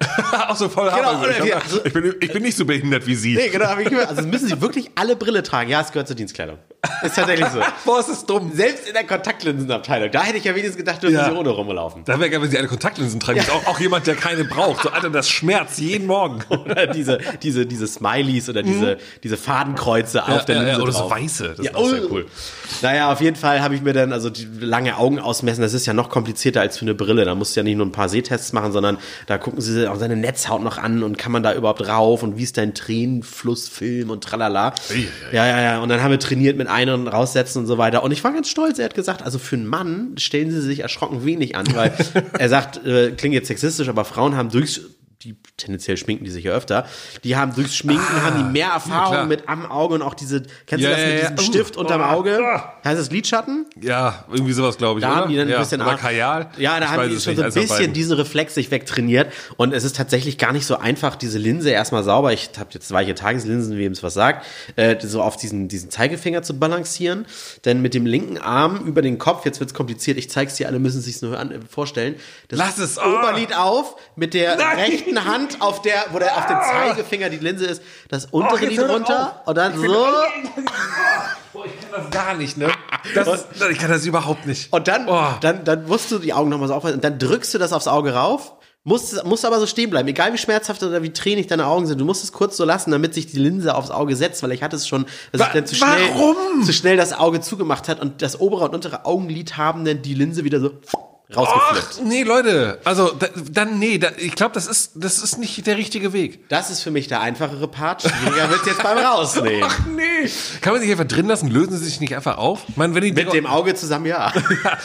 B: Auch so voll
A: Genau,
B: Haare.
A: oder
B: ich,
A: die-
B: hab- ich, bin, ich bin nicht so behindert wie sie.
A: Nee, genau, hab ich gehört. Also müssen sie wirklich alle Brille tragen. Ja, es gehört zur Dienstkleidung. Ist tatsächlich so.
B: Boah, ist das dumm.
A: Selbst in der Kontaktlinsenabteilung, da hätte ich ja wenigstens gedacht, dürfen
B: Ja.
A: sie ohne rumlaufen.
B: Da wäre geil, wenn sie alle Kontaktlinsen tragen. Ist Auch, auch jemand, der keine braucht. So, Alter, das schmerzt jeden Morgen.
A: Oder diese, diese, diese Smileys oder diese, diese Fadenkreuze auf der
B: Mhm. ja, ja,
A: Linse
B: oder so
A: drauf.
B: weiße. Das
A: ja,
B: ist auch sehr
A: oh.
B: cool.
A: Naja, auf jeden Fall habe ich mir dann, also die lange Augen ausmessen, das ist ja noch komplizierter als für eine Brille. Da musst du ja nicht nur ein paar Sehtests machen, sondern da gucken sie auch seine Netzhaut noch an und kann man da überhaupt rauf und wie ist dein Tränenflussfilm und tralala. Ja, ja, ja. Und dann haben wir trainiert mit ein- und raussetzen und so weiter. Und ich war ganz stolz, er hat gesagt, also für einen Mann stellen sie sich erschrocken wenig an, weil er sagt, äh, klingt jetzt sexistisch, aber Frauen haben durchs die tendenziell schminken die sich ja öfter. Die haben durchs Schminken haben die mehr Erfahrung
B: Ah, klar.
A: mit am Auge und auch diese kennst
B: Ja,
A: du das
B: ja,
A: mit
B: ja.
A: diesem
B: Uh,
A: Stift unterm
B: oh,
A: Auge?
B: ah.
A: Heißt das Lidschatten?
B: Ja, irgendwie sowas, glaube ich.
A: Da
B: oder?
A: haben die dann ein
B: ja.
A: bisschen
B: Oder
A: Ar-
B: Kajal.
A: Ja, da
B: Ich
A: haben
B: weiß
A: die
B: es
A: schon
B: nicht,
A: so ein
B: eins von
A: bisschen
B: beiden.
A: diesen Reflex sich wegtrainiert. Und es ist tatsächlich gar nicht so einfach, diese Linse erstmal sauber, ich habe jetzt weiche Tageslinsen, wem es was sagt, äh, so auf diesen, diesen Zeigefinger zu balancieren. Denn mit dem linken Arm über den Kopf, jetzt wird's kompliziert, ich zeig's dir, alle müssen sich's nur an, äh, vorstellen. Das
B: Lass es, ah.
A: Oberlid auf, mit der
B: Nein.
A: rechten Hand auf der, wo der auf dem Zeigefinger die Linse ist, das untere
B: Och, Oh, jetzt
A: Lid
B: hör doch
A: runter und dann so.
B: Boah, ich kann das gar nicht, ne? Das, ist- ich kann das überhaupt nicht.
A: Und dann,
B: Boah.
A: dann, dann musst du die Augen nochmal so aufhalten und dann drückst du das aufs Auge rauf, musst, musst aber so stehen bleiben, egal wie schmerzhaft oder wie tränig deine Augen sind, du musst es kurz so lassen, damit sich die Linse aufs Auge setzt, weil ich hatte es schon, dass
B: Wa-
A: ich dann zu schnell,
B: warum?
A: zu schnell das Auge zugemacht hat und das obere und untere Augenlid haben dann die Linse wieder so rausgeflippt.
B: Och, nee, Leute. Also, da, dann, nee, da, ich glaube, das ist, das ist nicht der richtige Weg.
A: Das ist für mich der einfachere Part, schwieriger wird's jetzt beim Rausnehmen.
B: Ach nee. Kann man sich einfach drin lassen? Lösen sie sich nicht einfach auf? Man, wenn die
A: Mit dem Auge zusammen, ja.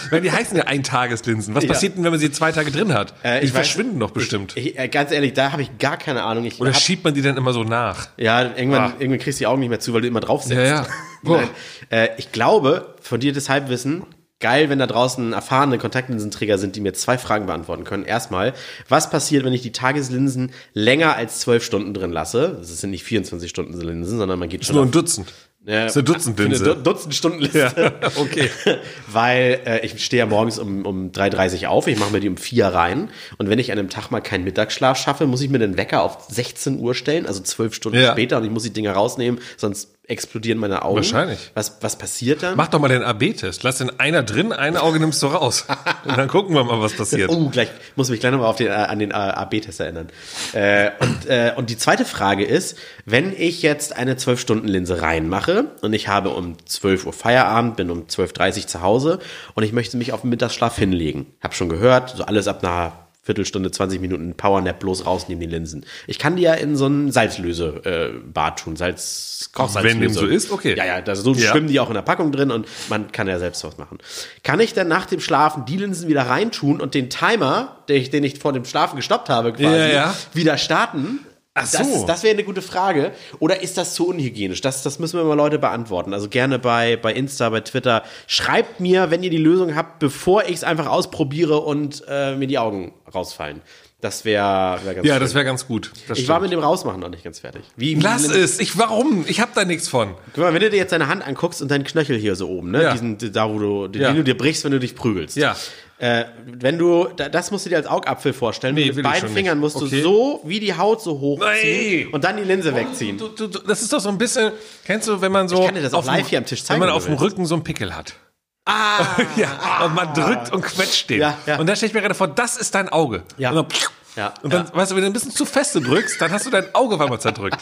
B: Weil die heißen ja Eintageslinsen. Was
A: Ja.
B: passiert denn, wenn man sie zwei Tage drin hat?
A: Äh,
B: die
A: ich weiß-
B: verschwinden doch bestimmt.
A: Ich, äh, ganz ehrlich, da habe ich gar keine Ahnung. Ich
B: Oder
A: hab-
B: schiebt man die dann immer so nach?
A: Ja, irgendwann,
B: Ah.
A: irgendwann kriegst du die Augen nicht mehr zu, weil du immer drauf sitzt.
B: Ja, ja. Boah.
A: Nein. Äh, ich glaube, von dir das Halbwissen, geil, wenn da draußen erfahrene Kontaktlinsenträger sind, die mir zwei Fragen beantworten können. Erstmal, was passiert, wenn ich die Tageslinsen länger als zwölf Stunden drin lasse? Das sind nicht 24 Stunden Linsen, sondern man geht schon
B: Nur
A: auf
B: ein Dutzend.
A: ja,
B: Das ist eine Dutzendlinse.
A: Du- Dutzend-Stundenliste.
B: okay.
A: Weil äh, ich stehe ja morgens um, um 3.30 auf, ich mache mir die um 4 rein. Und wenn ich an einem Tag mal keinen Mittagsschlaf schaffe, muss ich mir den Wecker auf 16 Uhr stellen, also zwölf Stunden
B: Ja.
A: später. Und ich muss die Dinger rausnehmen, sonst explodieren meine Augen.
B: Wahrscheinlich.
A: Was, was passiert dann?
B: Mach doch mal den AB-Test. Lass den einer drin, ein Auge nimmst du raus. Und dann gucken wir mal, was passiert.
A: Oh, gleich muss mich gleich nochmal auf den, äh, an den äh, AB-Test erinnern. Äh, und, äh, und die zweite Frage ist, wenn ich jetzt eine 12-Stunden-Linse reinmache und ich habe um 12 Uhr Feierabend, bin um 12.30 Uhr zu Hause und ich möchte mich auf den Mittagsschlaf hinlegen. Hab schon gehört, so alles ab einer Viertelstunde, 20 Minuten Powernap bloß rausnehmen, die Linsen. Ich kann die ja in so ein Salzlösebad äh, Bad tun, Salz, Kochsalzlöse.
B: Wenn dem so ist, okay.
A: Ja, ja, da Also so
B: Ja.
A: schwimmen die auch in der Packung drin und man kann ja selbst was machen. Kann ich dann nach dem Schlafen die Linsen wieder reintun und den Timer, den ich, den ich vor dem Schlafen gestoppt habe, quasi,
B: Ja, ja.
A: wieder starten?
B: Ach so.
A: Das, das wäre eine gute Frage. Oder ist das zu unhygienisch? Das, das müssen wir mal Leute beantworten. Also gerne bei, bei Insta, bei Twitter. Schreibt mir, wenn ihr die Lösung habt, bevor ich es einfach ausprobiere und äh, mir die Augen rausfallen. Das wäre wär ganz
B: Ja,
A: schön.
B: das wäre ganz gut. Das
A: Ich war
B: stimmt.
A: mit dem Rausmachen noch nicht ganz fertig. Wie, wie
B: Lass es. Ich, warum? Ich hab da nichts von.
A: Guck mal, wenn du dir jetzt deine Hand anguckst und deinen Knöchel hier so oben, ne?
B: Ja.
A: Diesen, da wo du, den,
B: Ja.
A: den du dir brichst, wenn du dich prügelst.
B: Ja.
A: Äh, wenn du, da- das musst du dir als Augapfel vorstellen.
B: Nee, will
A: Mit
B: ich
A: beiden
B: schon
A: Fingern
B: nicht.
A: musst
B: Okay.
A: du so wie die Haut so hochziehen
B: Nee.
A: und dann die Linse wegziehen.
B: Du, du, du, das ist doch so ein bisschen, kennst du, wenn man so.
A: Ich kann dir das auch live
B: dem-
A: hier am Tisch
B: Wenn
A: zeigen,
B: man
A: wenn
B: auf
A: du
B: dem Rücken so einen Pickel hat. Ah, ja. Und man drückt und quetscht den.
A: Ja, ja.
B: Und dann stelle ich mir gerade vor, das ist dein Auge.
A: Ja.
B: Und dann,
A: Ja,
B: und dann weißt du, wenn du ein bisschen zu feste drückst, dann hast du dein Auge auf einmal zerdrückt.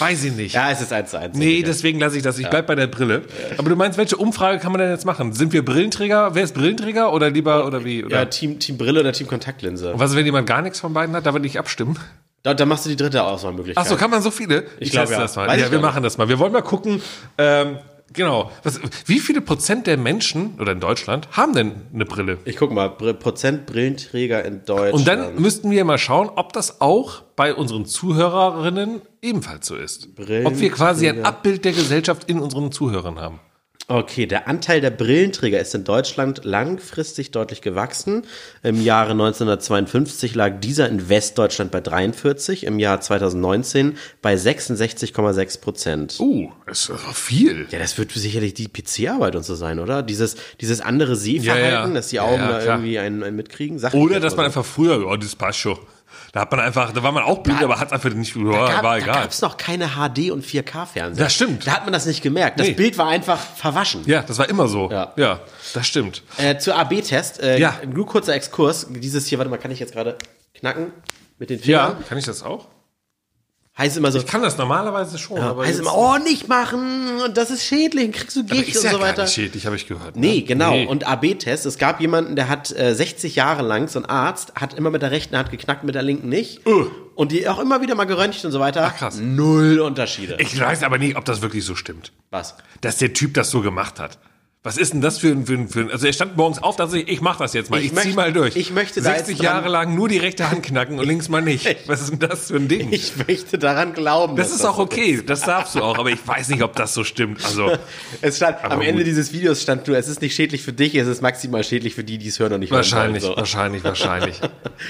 B: Weiß ich nicht.
A: ja, es ist eins zu eins.
B: Nee, deswegen lasse ich das. Ich bleib bei der Brille. Aber du meinst, welche Umfrage kann man denn jetzt machen? Sind wir Brillenträger? Wer ist Brillenträger oder lieber oder wie? Oder?
A: ja, Team, Team Brille oder Team Kontaktlinse.
B: Was, wenn jemand gar nichts von beiden hat? Da würde ich abstimmen.
A: Da, da machst du die dritte Auswahlmöglichkeit.
B: Ach so, kann man so viele? Ich,
A: glaub,
B: teste
A: ja.
B: das mal.
A: Weiß
B: ja,
A: ich
B: wir
A: gar nicht.
B: machen das mal. Wir wollen mal gucken, ähm, genau, was, wie viele Prozent der Menschen oder in Deutschland haben denn eine Brille?
A: Ich guck mal, Br Prozent Brillenträger in Deutschland.
B: Und dann müssten wir mal schauen, ob das auch bei unseren Zuhörerinnen ebenfalls so ist.
A: Brillen-
B: ob wir quasi ein
A: Träger.
B: Abbild der Gesellschaft in unseren Zuhörern haben.
A: Okay, der Anteil der Brillenträger ist in Deutschland langfristig deutlich gewachsen. Im Jahre 1952 lag dieser in Westdeutschland bei 43, im Jahr 2019 bei 66,6 Prozent.
B: Oh, das ist aber viel.
A: Ja, das wird sicherlich die PC-Arbeit und so sein, oder? Dieses, dieses andere Sehverhalten,
B: Ja, ja.
A: dass die
B: Ja,
A: Augen
B: ja,
A: da
B: klar.
A: irgendwie einen, einen mitkriegen. Sag ich
B: Oder
A: jetzt
B: dass man
A: mal so.
B: einfach früher, oh, das passt schon. Da hat man einfach, da war man auch blind, aber hat einfach nicht, oh,
A: Gab, Da
B: war egal.
A: gab's noch keine HD- und 4K-Fernseher.
B: Das stimmt.
A: Da hat man das nicht gemerkt. Das
B: Nee.
A: Bild war einfach verwaschen.
B: Ja, das war immer so.
A: Ja.
B: ja das stimmt.
A: Äh, zu AB-Test, äh,
B: Ja.
A: nur kurzer Exkurs. Dieses hier, warte mal, kann ich jetzt gerade knacken mit den Fingern?
B: Kann ich das auch?
A: Heißt immer so,
B: Ich kann das normalerweise schon, aber
A: heißt
B: jetzt-
A: immer, oh, nicht machen, und das ist schädlich, kriegst du Gicht
B: ist
A: und
B: ja
A: so
B: gar
A: weiter.
B: nicht schädlich, habe ich gehört.
A: Nee,
B: ne?
A: genau.
B: Nee.
A: Und AB-Test, es gab jemanden, der hat äh, 60 Jahre lang, so ein Arzt, hat immer mit der rechten Hand geknackt, mit der linken nicht. Und die auch immer wieder mal geröntgt und so weiter. Ach,
B: Äh. krass.
A: Null Unterschiede.
B: ich weiß aber nicht, ob das wirklich so stimmt,
A: Was?
B: dass der Typ das so gemacht hat. Was ist denn das für ein, für ein, für ein also er stand morgens auf, dachte sich, ich mache das jetzt mal, ich,
A: Ich
B: zieh
A: möchte-
B: mal durch.
A: ich möchte da
B: 60
A: jetzt dran-
B: Jahre lang nur die rechte Hand knacken und links mal nicht. Was ist denn das für ein Ding?
A: Ich möchte daran glauben.
B: das
A: dass
B: ist auch
A: so
B: okay, das darfst du auch, aber ich weiß nicht, ob das so
A: halt
B: stimmt. Also
A: Es stand,
B: Aber
A: am Ende
B: gut.
A: dieses Videos stand nur, es ist nicht schädlich für dich, es ist maximal schädlich für die, die es hören und nicht
B: wahrscheinlich,
A: hören wollen. So.
B: wahrscheinlich, wahrscheinlich.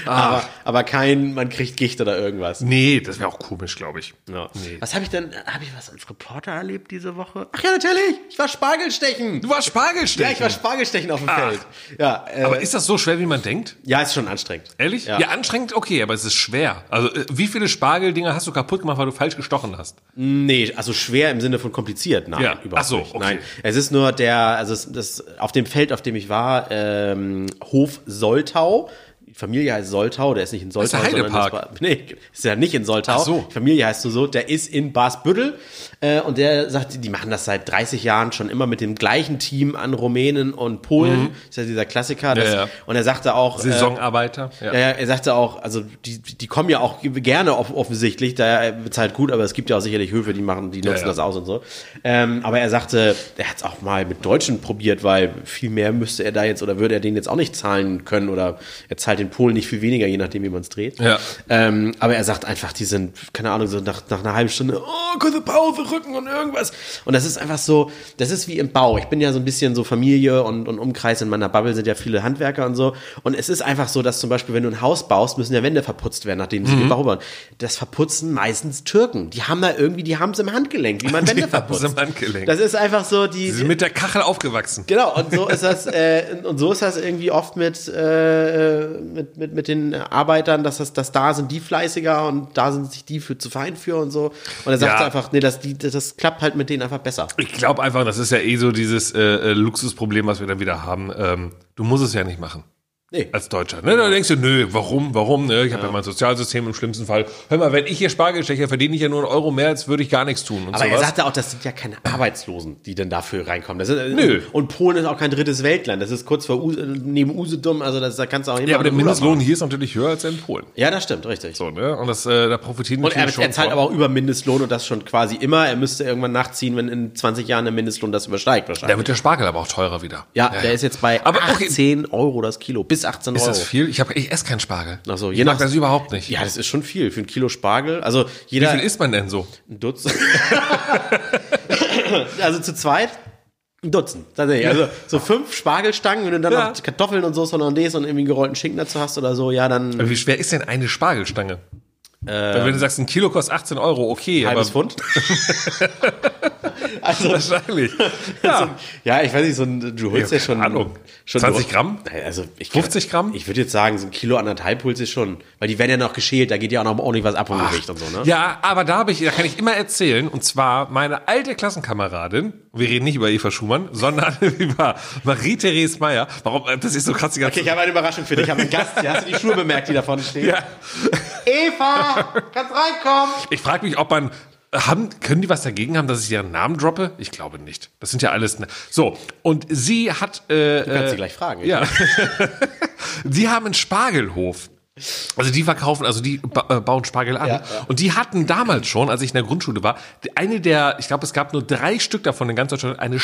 A: Aber, aber kein, man kriegt Gicht oder irgendwas.
B: Nee, das wäre auch komisch, glaube ich.
A: Ja.
B: Nee.
A: Was habe ich denn, habe ich was als Reporter erlebt diese Woche? Ach ja, natürlich, ich war Spargelstechen.
B: Du warst Spargelstechen.
A: Ja, ich war Spargelstechen auf dem
B: Ach.
A: Feld. Ja, äh,
B: aber ist das so schwer, wie man denkt?
A: ja, ist schon anstrengend.
B: Ehrlich?
A: Ja.
B: Ja. anstrengend, okay, aber es ist schwer. Also, äh, wie viele Spargeldinger hast du kaputt gemacht, weil du falsch gestochen hast?
A: Nee, also schwer im Sinne von kompliziert, nein,
B: Ja.
A: überhaupt
B: Ach so,
A: nicht.
B: okay.
A: Nein, es ist nur der, also es, das, auf dem Feld, auf dem ich war, ähm, Hof Soltau. Die Familie heißt Soltau, der ist nicht in
B: ist
A: Soltau,
B: der Heidepark.
A: sondern das war, nee, ist ja nicht in Soltau.
B: Ach so.
A: Die Familie heißt nur so, der ist in Basbüttel äh, und der sagt, die machen das seit 30 Jahren schon immer mit dem gleichen Team an Rumänen und Polen. Ist ja dieser Klassiker. Das,
B: Mhm. ja.
A: Und er sagte auch, äh,
B: Saisonarbeiter? ja.
A: ja, ja, er sagte auch, also die, die kommen ja auch gerne off offensichtlich, da er bezahlt gut, aber es gibt ja auch sicherlich Höfe, die machen, die nutzen
B: ja.
A: das aus und so. Ähm, aber er sagte, er hat es auch mal mit Deutschen probiert, weil viel mehr müsste er da jetzt oder würde er den jetzt auch nicht zahlen können oder er zahlt den in Polen nicht viel weniger, je nachdem, wie man es dreht.
B: Ja.
A: Ähm, aber er sagt einfach, die sind, keine Ahnung, so nach, nach einer halben Stunde, oh, kurze Pause, Rücken und irgendwas. Und das ist einfach so, das ist wie im Bau. Ich bin ja so ein bisschen so Familie und, und Umkreis in meiner Bubble sind ja viele Handwerker und so. Und es ist einfach so, dass zum Beispiel, wenn du ein Haus baust, müssen ja Wände verputzt werden, nachdem
B: Mhm.
A: sie gebaut wurden. Das verputzen meistens Türken. Die haben da irgendwie, die haben es im Handgelenk, wie man
B: Die
A: Wände
B: haben's
A: verputzt.
B: im Handgelenk.
A: Das ist einfach so, die,
B: Sie sind mit der Kachel aufgewachsen.
A: Genau, und so ist das, äh, und so ist das irgendwie oft mit, äh, mit, mit, mit den Arbeitern, dass das, dass da sind die fleißiger und da sind sich die für zu fein für und so. Und er sagt
B: Ja.
A: einfach, nee, das, die, das, das klappt halt mit denen einfach besser.
B: Ich glaube einfach, das ist ja eh so dieses äh, äh, Luxusproblem, was wir dann wieder haben. Ähm, du musst es ja nicht machen.
A: Nee.
B: Als Deutscher. Ne? Da denkst du, nö, warum, warum? Ne? Ich habe ja. mein Sozialsystem im schlimmsten Fall. Hör mal, wenn ich hier Spargel steche, verdiene ich ja nur einen Euro mehr, als würde ich gar nichts tun. Und
A: Aber er
B: sowas.
A: sagte auch, das sind ja keine Arbeitslosen, die denn dafür reinkommen. Das sind,
B: Nö.
A: Und Polen ist auch kein drittes Weltland. Das ist kurz vor U äh, neben Usedom, also das, da kannst du auch
B: ja, aber der
A: einen Urlaub
B: Mindestlohn hier ist natürlich höher als in Polen.
A: machen. Ja, das stimmt, richtig.
B: So, ne? Und das, äh, da profitieren
A: Und er,
B: natürlich
A: er zahlt
B: von.
A: aber auch über Mindestlohn und das schon quasi immer. Er müsste irgendwann nachziehen, wenn in 20 Jahren der Mindestlohn das übersteigt wahrscheinlich.
B: Da wird der Spargel aber auch teurer wieder.
A: Ja, der ist jetzt bei
B: Aber okay.
A: 18 Euro das Kilo, bis 18
B: Ist
A: Euro.
B: das viel? Ich, hab, ich esse keinen Spargel.
A: Ach so,
B: ich
A: je
B: mag
A: nach-
B: das überhaupt nicht.
A: Ja, das ist schon viel für ein Kilo Spargel. Also
B: Wie
A: jeder
B: viel isst man denn so?
A: ein Dutzend. also zu zweit ein Dutzend, tatsächlich. Also so fünf Spargelstangen, wenn du dann
B: Ja.
A: noch Kartoffeln und Soße Hollandaise und irgendwie einen gerollten Schinken dazu hast oder so, ja, dann
B: Wie schwer ist denn eine Spargelstange? Weil wenn du sagst, ein Kilo kostet 18 Euro, okay.
A: halbes
B: aber
A: Pfund. also
B: Wahrscheinlich. Ja.
A: Ja, ich weiß nicht, so ein, du holst ja,
B: Ja,
A: schon,
B: keine Ahnung.
A: schon
B: 20
A: so-
B: Gramm?
A: Naja, Also ich
B: 50 Gramm?
A: Ich würde jetzt sagen, so ein Kilo anderthalb holst du schon, weil die werden ja noch geschält, da geht ja auch noch ordentlich was ab vom Gewicht und so, ne?
B: Ja, aber da habe ich, da kann ich immer erzählen, und zwar meine alte Klassenkameradin, wir reden nicht über Eva Schumann, sondern über Marie-Therese Meyer. Warum, äh, das ist so krass die ganze
A: Okay, ich habe eine Überraschung für dich. Ich habe einen Gast hier. Hast du die Schuhe bemerkt, die da vorne stehen?
B: ja.
A: Eva, kannst reinkommen.
B: Ich frage mich, ob man, äh, haben, können die was dagegen haben, dass ich ihren Namen droppe? Ich glaube nicht. Das sind ja alles, ne so. Und sie hat,
A: Du
B: äh,
A: kannst
B: äh,
A: sie gleich fragen.
B: Ja. die haben einen Spargelhof. Also die verkaufen, also die ba äh, bauen Spargel an.
A: Ja, ja.
B: Und die hatten damals schon, als ich in der Grundschule war, eine der, ich glaube, es gab nur drei Stück davon in ganz Deutschland, eine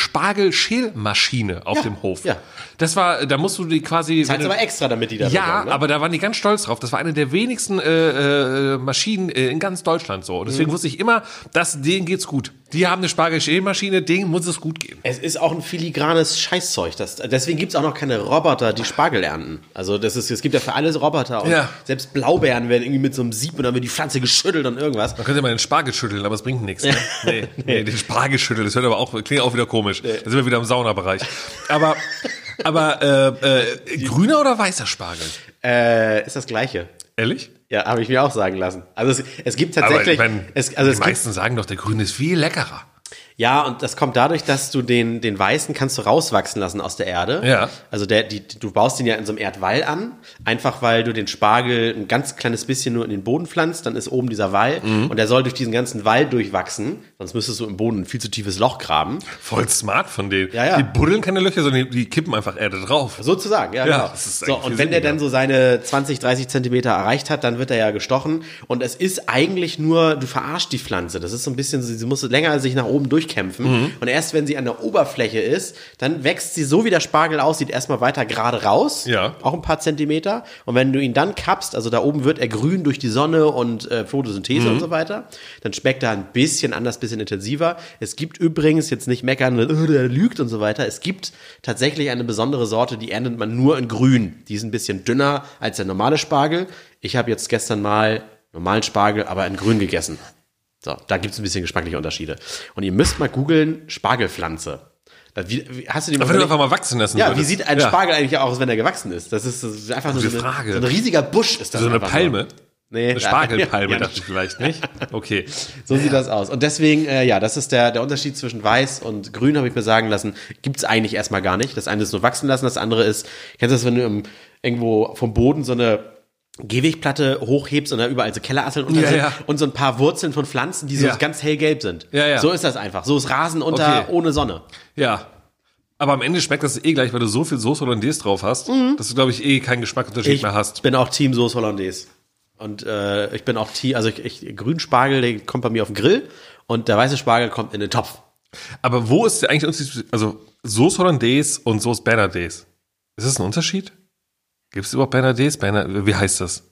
B: Spargelschälmaschine auf
A: Ja,
B: dem Hof.
A: ja.
B: Das war, da musst du die quasi.
A: Zahlst aber extra, damit die da
B: ja,
A: bekommen, ne?
B: aber da waren die ganz stolz drauf. Das war eine der wenigsten äh, äh, Maschinen äh, in ganz Deutschland so. Und deswegen wusste ich immer, dass denen geht's gut. Die haben eine Spargelschälmaschine, denen muss es gut gehen.
A: Es ist auch ein filigranes Scheißzeug. Das, deswegen gibt es auch noch keine Roboter, die Spargel ernten. Also das ist, es gibt ja für alles Roboter. Und
B: Ja.
A: Selbst Blaubeeren werden irgendwie mit so einem Sieb und dann wird die Pflanze geschüttelt und irgendwas.
B: Man könnte mal den Spargel schütteln, aber es bringt nichts. Ne? Nee, nee, den Spargel schütteln, das hört aber auch, klingt auch wieder komisch. Da sind wir wieder im Saunabereich. Aber, aber äh, äh, grüner oder weißer Spargel?
A: Äh, ist das Gleiche.
B: Ehrlich?
A: Ja, habe ich mir auch sagen lassen. Also es, es gibt tatsächlich.
B: aber ich mein,
A: es, also
B: die
A: es gibt,
B: meisten sagen doch, der grüne ist viel leckerer.
A: Ja, und das kommt dadurch, dass du den, den Weißen kannst du rauswachsen lassen aus der Erde.
B: Ja.
A: Also der, die, du baust den ja in so einem Erdwall an, einfach weil du den Spargel ein ganz kleines bisschen nur in den Boden pflanzt, dann ist oben dieser Wall und der soll durch diesen ganzen Wall durchwachsen, sonst müsstest du im Boden ein viel zu tiefes Loch graben.
B: Voll smart von denen.
A: Ja, ja.
B: Die buddeln keine Löcher, sondern die, die kippen einfach Erde drauf.
A: Sozusagen, ja,
B: Ja,
A: genau.
B: das ist
A: So,
B: eigentlich
A: und
B: viel
A: wenn der
B: sinniger.
A: dann so seine 20, 30 Zentimeter erreicht hat, dann wird er ja gestochen. Und es ist eigentlich nur, du verarschst die Pflanze. Das ist so ein bisschen, so, sie muss länger sich nach oben durchkämpfen.
B: Mhm.
A: Und erst wenn sie an der Oberfläche ist, dann wächst sie so, wie der Spargel aussieht, erstmal weiter gerade raus.
B: Ja.
A: Auch ein paar Zentimeter. Und wenn du ihn dann kappst, also da oben wird er grün durch die Sonne und äh, Photosynthese und so weiter, dann schmeckt er ein bisschen anders, bisschen intensiver. Es gibt übrigens, jetzt nicht meckern, äh, der lügt und so weiter, es gibt tatsächlich eine besondere Sorte, die erntet man nur in grün. Die ist ein bisschen dünner als der normale Spargel. Ich habe jetzt gestern mal normalen Spargel, aber in grün gegessen. So, da gibt es ein bisschen geschmackliche Unterschiede. Und ihr müsst mal googeln, Spargelpflanze. Äh, Wie, wie, hast du die mal
B: Aber wenn du
A: überlegt?
B: einfach mal wachsen lassen
A: Ja,
B: würdest.
A: wie sieht ein
B: Ja.
A: Spargel eigentlich aus, wenn er gewachsen ist? Das ist, das ist einfach nur so,
B: Gute
A: eine,
B: Frage.
A: so ein riesiger Busch ist das.
B: So Also eine
A: einfach
B: Palme.
A: Nee.
B: Eine Spargelpalme,
A: Ja,
B: dachte ich vielleicht, nicht? Okay.
A: So, so sieht das aus. Und deswegen, äh, ja, das ist der, der Unterschied zwischen weiß und grün, habe ich mir sagen lassen. gibt's eigentlich erstmal gar nicht. Das eine ist nur wachsen lassen, das andere ist, kennst du das, wenn du im, irgendwo vom Boden so eine Gehwegplatte hochhebst und da überall so Kellerasseln unter
B: Ja,
A: sind
B: ja.
A: und so ein paar Wurzeln von Pflanzen, die so
B: Ja.
A: ganz hellgelb sind.
B: Ja, ja.
A: So ist das einfach. So ist Rasen unter
B: Okay.
A: ohne Sonne.
B: Ja. Aber am Ende schmeckt das eh gleich, weil du so viel Soße Hollandaise drauf hast, dass du, glaube ich, eh keinen Geschmackunterschied
A: Mhm. Ich
B: mehr hast.
A: bin auch Team Soße Hollandaise. Und äh, ich bin auch Team, also ich, ich, Grünspargel, der kommt bei mir auf den Grill und der weiße Spargel kommt in den Topf.
B: Aber wo ist der eigentlich der Unterschied? Also Soße Hollandaise und Soße Bernardaise. Ist das ein Unterschied? Gibt es überhaupt Bernadets? Berna- Wie heißt das?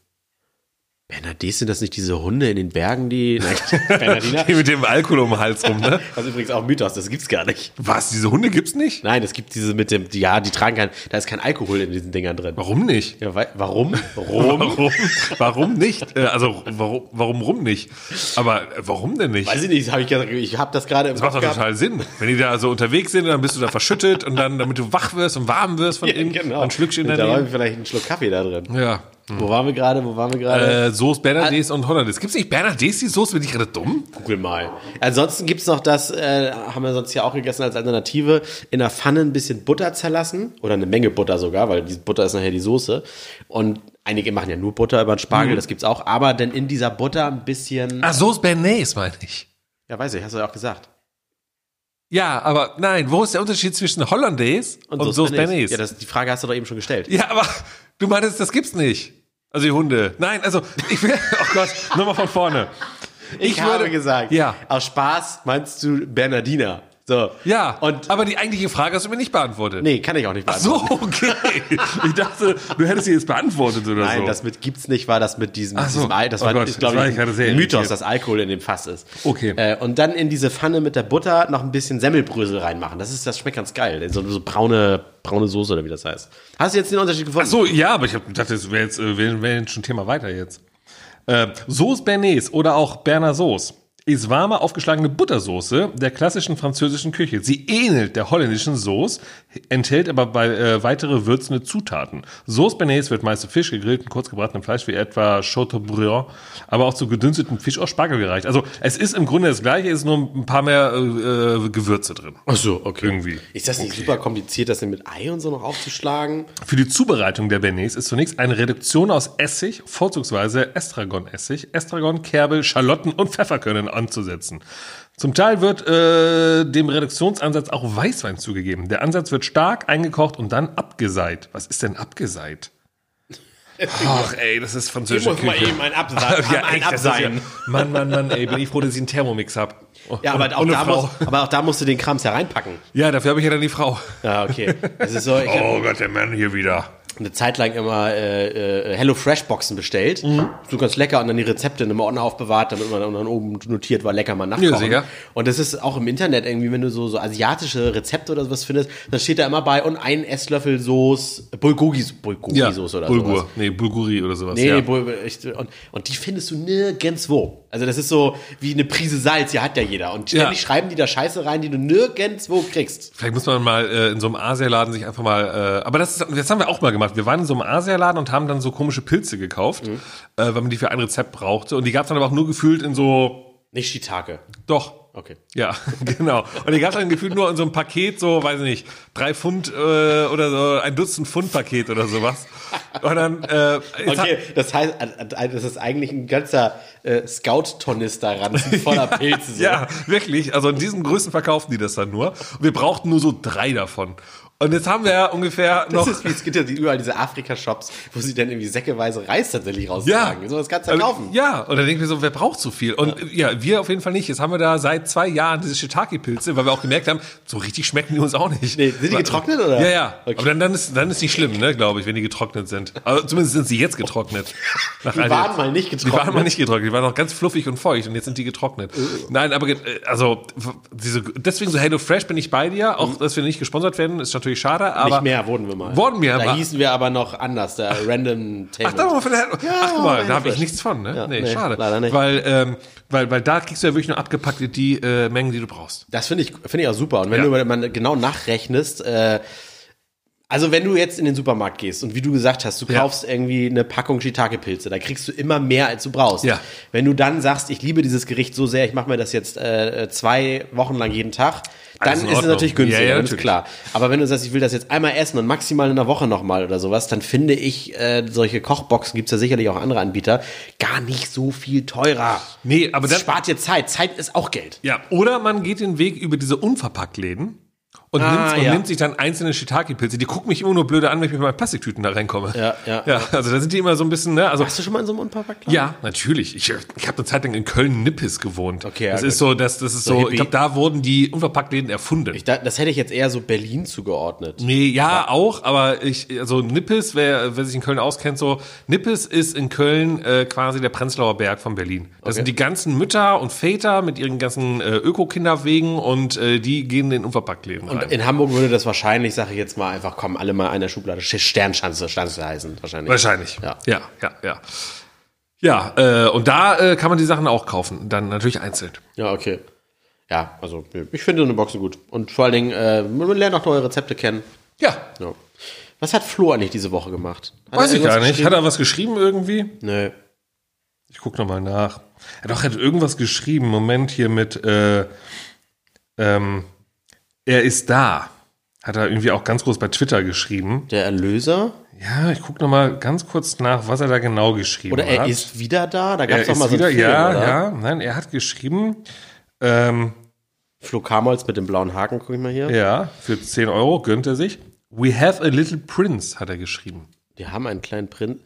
A: Bernadette sind das nicht diese Hunde in den Bergen, die. Nein, Bernardiner?
B: Die mit dem Alkohol um den Hals rum, ne?
A: Das ist übrigens auch ein Mythos, das gibt's gar nicht.
B: Was? Diese Hunde gibt's nicht?
A: Nein, es gibt diese mit dem, die, ja, die tragen kein, da ist kein Alkohol in diesen Dingern drin.
B: Warum nicht?
A: Ja, wei- warum? Rum?
B: Warum? Warum nicht? Äh, Also warum, warum rum nicht? Aber äh, warum denn nicht?
A: Weiß ich nicht, hab ich, gesagt, ich habe das gerade im
B: Das macht doch
A: Kopf gehabt.
B: total Sinn. Wenn die da so unterwegs sind, dann bist du da verschüttet und dann, damit du wach wirst und warm wirst von dem,
A: Ja,
B: dann schlückst du in
A: Genau. Da war
B: deinem.
A: vielleicht ein Schluck Kaffee da drin.
B: Ja.
A: Wo waren wir gerade? Wo waren wir gerade?
B: Äh, Soße Bernadets und Hollandaise. Gibt's nicht Bernadets die Soße? Bin ich gerade dumm?
A: Google mal. Ansonsten gibt's noch das, äh, haben wir sonst ja auch gegessen als Alternative, in der Pfanne ein bisschen Butter zerlassen oder eine Menge Butter sogar, weil die Butter ist nachher die Soße. Und einige machen ja nur Butter über den Spargel, das gibt's auch, aber dann in dieser Butter ein bisschen,
B: Mhm. Ah, Soße Bernays meine ich.
A: ja weiß ich, hast du ja auch gesagt.
B: Ja, aber nein, wo ist der Unterschied zwischen Hollandaise und, Soße Bernays?
A: Ja, das, die Frage hast du doch eben schon gestellt.
B: Ja, aber du meintest, das gibt's nicht. Also die Hunde. Nein, also ich will. Oh Gott, nochmal von vorne.
A: Ich, habe gesagt,
B: Ja.
A: aus Spaß meinst du Bernardiner. So.
B: Ja,
A: Und,
B: aber die eigentliche Frage hast du mir nicht beantwortet.
A: nee, kann ich auch nicht
B: Ach so,
A: beantworten.
B: okay. Ich dachte, du hättest sie jetzt beantwortet oder
A: Nein,
B: so.
A: das mit gibt's nicht, war das mit diesem,
B: Ach so.
A: diesem Al das
B: Oh
A: war,
B: Gott,
A: ist, glaube
B: das war
A: ich,
B: ich gerade sehr
A: ein Mythos,
B: irritiert.
A: dass Alkohol in dem Fass ist.
B: Okay.
A: Äh, und dann in diese Pfanne mit der Butter noch ein bisschen Semmelbrösel reinmachen. Das ist, das schmeckt ganz geil. So, so braune, braune Soße oder wie das heißt. Hast du jetzt den Unterschied gefunden?
B: Ach so, ja, aber ich hab gedacht, das wäre jetzt, äh, wär, wär jetzt schon Thema weiter jetzt. Äh, Sauce Bernays oder auch Berner Sauce ist warme, aufgeschlagene Buttersoße der klassischen französischen Küche. Sie ähnelt der holländischen Sauce, enthält aber bei, äh, weitere würzende Zutaten. Sauce Bernays wird meist zu Fisch, gegrillten, kurz gebratenem Fleisch wie etwa Chateaubriand, aber auch zu gedünstetem Fisch aus Spargel gereicht. Also es ist im Grunde das gleiche, es ist nur ein paar mehr äh, äh, Gewürze drin.
A: Ach so, okay.
B: Irgendwie.
A: Ist das nicht super kompliziert, das denn mit Ei und so noch aufzuschlagen?
B: Für die Zubereitung der Bernays ist zunächst eine Reduktion aus Essig, vorzugsweise Estragonessig, Estragon, Kerbel, Schalotten und Pfefferkörnern anzusetzen. Zum Teil wird äh, dem Reduktionsansatz auch Weißwein zugegeben. Der Ansatz wird stark eingekocht und dann abgeseit. Was ist denn abgeseit? Ach ey, das ist französische Küche.
A: ein
B: ja, echt, das ist ja, Mann, Mann, Mann, ey, bin ich froh, dass ich einen Thermomix hab.
A: Ja,
B: Und-
A: aber auch,
B: und eine
A: da
B: Frau.
A: musst, aber auch da musst du den Krams ja reinpacken.
B: Ja, dafür habe ich ja dann die Frau.
A: Ja, okay. Das ist so, ich hab
B: Oh Gott, der Mann hier wieder.
A: eine Zeit lang immer äh, äh, Hello Fresh Boxen bestellt.
B: Mhm.
A: So ganz lecker und dann die Rezepte in einem Ordner aufbewahrt, damit man dann oben notiert war, lecker mal nachkochen.
B: Ja, sicher.
A: Und das ist auch im Internet irgendwie, wenn du so, so asiatische Rezepte oder sowas findest, dann steht da immer bei und ein Esslöffel Soße, Bulgogi, Bulgogi Soße oder
B: Bulgur.
A: sowas.
B: Nee, Bulguri oder sowas.
A: Nee,
B: ja.
A: nee, Bul- ich, und, und die findest du nirgendwo. Also das ist so wie eine Prise Salz, ja hat ja jeder. Und ständig
B: Ja.
A: schreiben die da Scheiße rein, die du nirgendwo kriegst.
B: Vielleicht muss man mal äh, in so einem Asialaden sich einfach mal. Äh, aber das, ist, das haben wir auch mal gemacht. Wir waren in so einem Asialaden und haben dann so komische Pilze gekauft,
A: Mhm.
B: äh, weil man die für ein Rezept brauchte. Und die gab es dann aber auch nur gefühlt in so.
A: Nicht Shiitake.
B: Doch.
A: Okay.
B: Ja, genau. Und die gab es dann gefühlt nur in so einem Paket, so, weiß ich nicht, drei Pfund äh, oder so, ein Dutzend Pfund Paket oder sowas. Und dann. Äh, jetzt
A: Okay,
B: hat-
A: das heißt, äh, das ist eigentlich ein ganzer äh, Scout-Tornister-Ranzen voller Pilze. So.
B: Ja, wirklich. Also in diesen Größen verkauften die das dann nur. Und wir brauchten nur so drei davon. Und jetzt haben wir ja ungefähr noch.
A: Das ist, wie es gibt ja die- überall diese Afrika-Shops, wo sie dann irgendwie säckeweise Reis tatsächlich
B: Ja.
A: raustragen. So, das kannst du ja
B: Also,
A: kaufen.
B: Ja, und dann denken wir so, wer braucht so viel? Und äh, ja, wir auf jeden Fall nicht. Jetzt haben wir da seit zwei Jahren diese Shiitake-Pilze, weil wir auch gemerkt haben, so richtig schmecken die uns auch nicht.
A: Nee, sind die getrocknet, oder?
B: Ja, ja.
A: Okay.
B: Aber dann, dann ist dann ist nicht schlimm, ne, glaube ich, wenn die getrocknet sind. Also zumindest sind sie jetzt getrocknet. Nach
A: Die
B: all
A: waren
B: den-
A: mal nicht
B: Also, Die waren mal
A: getrocknet.
B: nicht getrocknet, die waren noch ganz fluffig und feucht und jetzt sind die getrocknet. Nein, aber äh, also f- diese, deswegen so Hello Fresh bin ich bei dir, auch dass wir nicht gesponsert werden, ist natürlich schade, aber
A: Mhm. Nicht mehr, wurden wir mal.
B: Wurden wir,
A: Da
B: aber-
A: hießen wir aber noch anders, der Random
B: Ach, da
A: Table.
B: war vielleicht, ach guck mal,
A: Hello
B: da habe ich
A: Fresh.
B: nichts von, ne?
A: Ja,
B: nee,
A: nee,
B: schade.
A: leider nicht.
B: Weil, ähm, weil, weil da kriegst du ja wirklich nur abgepackte die äh, Mengen, die du brauchst.
A: Das finde ich, finde ich auch super. Und wenn
B: Ja.
A: du mal genau nachrechnest, äh, also wenn du jetzt in den Supermarkt gehst und wie du gesagt hast, du
B: Ja.
A: kaufst irgendwie eine Packung Shiitake-Pilze, da kriegst du immer mehr, als du brauchst.
B: Ja.
A: Wenn du dann sagst, ich liebe dieses Gericht so sehr, ich mache mir das jetzt äh, zwei Wochen lang jeden Tag, dann
B: Alles in
A: ist es
B: Ordnung.
A: natürlich günstiger,
B: Ja, ja,
A: dann ist
B: natürlich.
A: klar. Aber wenn du sagst, ich will das jetzt einmal essen und maximal in einer Woche nochmal oder sowas, dann finde ich, äh, solche Kochboxen gibt's ja sicherlich auch andere Anbieter, gar nicht so viel teurer.
B: Nee, aber
A: Das
B: dann,
A: spart dir Zeit. Zeit ist auch Geld.
B: ja, oder man geht den Weg über diese Unverpacktläden und,
A: Ah,
B: nimmt, und
A: ja.
B: nimmt sich dann einzelne Shiitake-Pilze. Die gucken mich immer nur blöde an, wenn ich mit meinen Plastiktüten da reinkomme.
A: Ja, ja.
B: ja also da sind die immer so ein bisschen, ne, also
A: Hast du schon mal in so einem Unverpackt?
B: ja, natürlich. Ich, ich habe eine Zeit lang in Köln-Nippes gewohnt.
A: Okay, ja,
B: das
A: gut.
B: ist so, das, das ist
A: So
B: so,
A: Hippie.
B: ich glaube, da wurden die Unverpacktläden erfunden.
A: Ich, da- das hätte ich jetzt eher so Berlin zugeordnet.
B: Nee, ja, auch, aber ich, also Nippes, wer, wer sich in Köln auskennt, so, Nippes ist in Köln äh, quasi der Prenzlauer Berg von Berlin. Das sind die ganzen Mütter und Väter mit ihren ganzen äh, Öko-Kinderwegen und äh, die gehen in Unverpacktläden rein.
A: In Hamburg würde das wahrscheinlich, sage ich jetzt mal, einfach kommen, alle mal einer Schublade Sch- Sternschanze Schanze heißen. Wahrscheinlich.
B: Wahrscheinlich.
A: Ja.
B: ja, ja, ja. Ja, äh, und da äh, kann man die Sachen auch kaufen, dann natürlich einzeln.
A: Ja, okay. Ja, also ich finde so eine Boxen gut. Und vor allen Dingen, äh, man lernt auch neue Rezepte kennen.
B: Ja,
A: Ja. Was hat Flo eigentlich diese Woche gemacht? Hat
B: weiß
A: er
B: ich gar
A: irgendwas
B: nicht. Hat
A: geschrieben?
B: er was geschrieben irgendwie?
A: Nö.
B: Ich guck noch mal nach. Er doch hat irgendwas geschrieben. Moment hier mit äh, ähm, er ist da. Hat er irgendwie auch ganz groß bei Twitter geschrieben.
A: Der Erlöser?
B: Ja, ich guck noch mal ganz kurz nach, was er da genau geschrieben
A: Oder
B: hat.
A: er ist wieder da? Da gab
B: er
A: es doch mal
B: ist
A: so einen
B: wieder,
A: Film,
B: ja,
A: oder?
B: ja. Nein, er hat geschrieben, ähm,
A: Flo Kamolz mit dem blauen Haken, guck ich mal hier.
B: ja, für 10 Euro gönnt er sich. We have a little prince, hat er geschrieben.
A: Die haben einen kleinen Print.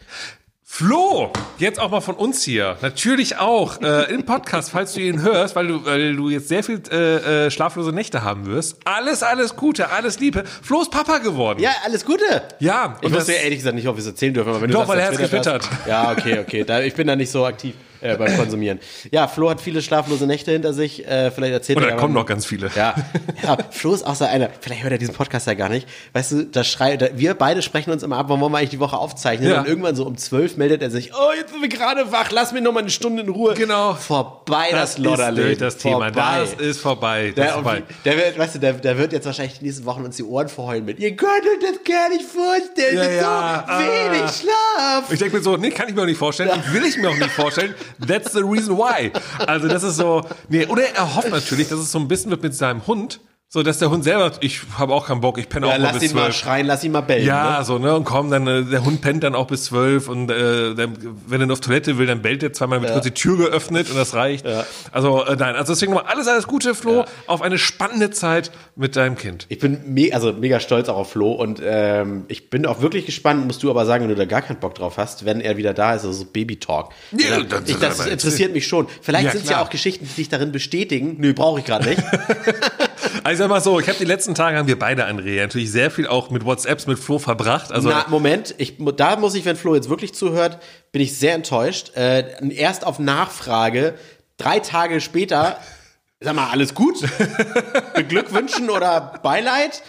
B: Flo, jetzt auch mal von uns hier. Natürlich auch äh, im Podcast, falls du ihn hörst, weil du, weil du jetzt sehr viel äh, äh, schlaflose Nächte haben wirst. Alles, alles Gute, alles Liebe. Flo ist Papa geworden.
A: Ja, alles Gute!
B: ja
A: Ich
B: und das,
A: wusste ja ehrlich gesagt nicht, ob wir es erzählen dürfen, aber wenn
B: Doch,
A: du sagst,
B: weil er hat's
A: twittert
B: getwittert.
A: hast- Ja, okay, okay. Da, ich bin da nicht so aktiv äh, beim Konsumieren. Ja, Flo hat viele schlaflose Nächte hinter sich. Äh, vielleicht erzählt
B: und
A: er
B: da
A: ja
B: kommen
A: mal-
B: noch ganz viele.
A: Ja. ja, Flo ist auch so einer. Vielleicht hört er diesen Podcast ja gar nicht. Weißt du, da schreit, da, wir beide sprechen uns immer ab, wann wollen wir eigentlich die Woche aufzeichnen?
B: Ja.
A: Und irgendwann so um zwölf meldet er sich, oh, jetzt sind wir gerade wach, lass mir noch mal eine Stunde in Ruhe.
B: Genau.
A: Vorbei, das, Lodderleben.
B: durch das
A: Vorbei.
B: Thema. Das ist vorbei. Das
A: Der,
B: ist
A: und
B: vorbei.
A: wie- der, wird, weißt du, der, der wird jetzt wahrscheinlich die nächsten Wochen uns die Ohren verheulen mit, ihr könnt euch das gar nicht vorstellen,
B: Ja,
A: mit
B: ja,
A: so
B: ah.
A: wenig Schlaf.
B: Ich denke mir so, nee, kann ich mir auch nicht vorstellen, und will ich mir auch nicht vorstellen. That's the reason why. Also das ist so, nee, oder er hofft natürlich, dass es so ein bisschen wird mit seinem Hund, so dass der Hund selber, ich habe auch keinen Bock, ich penne
A: Ja,
B: auch mal
A: lass
B: bis
A: ihn mal
B: 12.
A: schreien, lass ihn mal bellen.
B: Ja,
A: ne?
B: so, ne? Und komm, dann, äh, der Hund pennt dann auch bis zwölf und äh, dann, wenn er nur auf Toilette will, dann bellt er zweimal, wird kurz die Tür geöffnet und das reicht. Also, äh, nein, also deswegen nochmal alles, alles Gute, Flo, auf eine spannende Zeit mit deinem Kind.
A: Ich bin me also mega stolz auch auf Flo und ähm, ich bin auch wirklich gespannt, musst du aber sagen, wenn du da gar keinen Bock drauf hast, wenn er wieder da ist, also so Baby-Talk.
B: Nee,
A: Dann-
B: das-
A: ich, das
B: aber-
A: interessiert mich schon. Vielleicht
B: Ja,
A: sind es
B: klar.
A: ja auch Geschichten, die dich darin bestätigen. Nö, brauche ich gerade nicht.
B: Also ich sag mal so, ich habe die letzten Tage haben wir beide, Andrea, natürlich sehr viel auch mit WhatsApps mit Flo verbracht. Also
A: Na, Moment, ich, mu- da muss ich, wenn Flo jetzt wirklich zuhört, bin ich sehr enttäuscht. Äh, erst auf Nachfrage, drei Tage später, sag mal, alles gut? Beglückwünschen oder Beileid?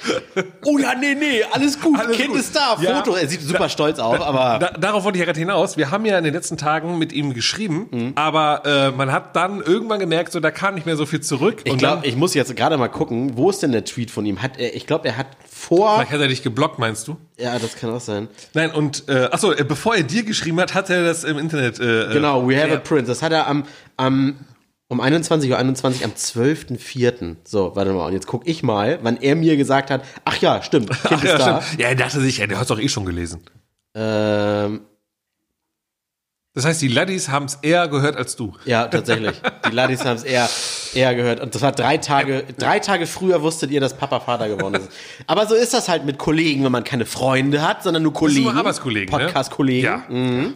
A: Oh ja, nee, nee, alles gut.
B: Alles
A: kind
B: gut.
A: ist da,
B: Ja.
A: Foto. Er sieht super stolz auf, aber.
B: Da, darauf wollte ich ja gerade hinaus. Wir haben ja in den letzten Tagen mit ihm geschrieben,
A: Mhm.
B: aber äh, man hat dann irgendwann gemerkt, so da kam nicht mehr so viel zurück.
A: Ich
B: und
A: glaube,
B: dann,
A: ich muss jetzt gerade mal gucken, wo ist denn der Tweet von ihm? Hat er, ich glaube, er hat vor.
B: vielleicht hat er dich geblockt, meinst du?
A: Ja, das kann auch sein.
B: Nein, und äh, achso, äh, bevor er dir geschrieben hat, hat er das im Internet. Äh,
A: Genau, We Have a
B: ja.
A: Prince. Das hat er am, am um 21.21 Uhr 21, am 12.04. So, warte mal, und jetzt guck ich mal, wann er mir gesagt hat, ach ja, stimmt, Kind ist
B: Ach, ja,
A: da.
B: stimmt. ja, er dachte sich, ja, der hat doch eh schon gelesen.
A: Ähm,
B: Das heißt, die Laddies haben es eher gehört als du.
A: ja, tatsächlich. Die Ladies haben es eher, eher gehört. Und das war drei Tage, drei Tage früher wusstet ihr, dass Papa Vater geworden ist. Aber so ist das halt mit Kollegen, wenn man keine Freunde hat, sondern nur
B: sind
A: Kollegen.
B: nur Arbeitskollegen, ne?
A: Podcast-Kollegen.
B: Ja.
A: Mhm.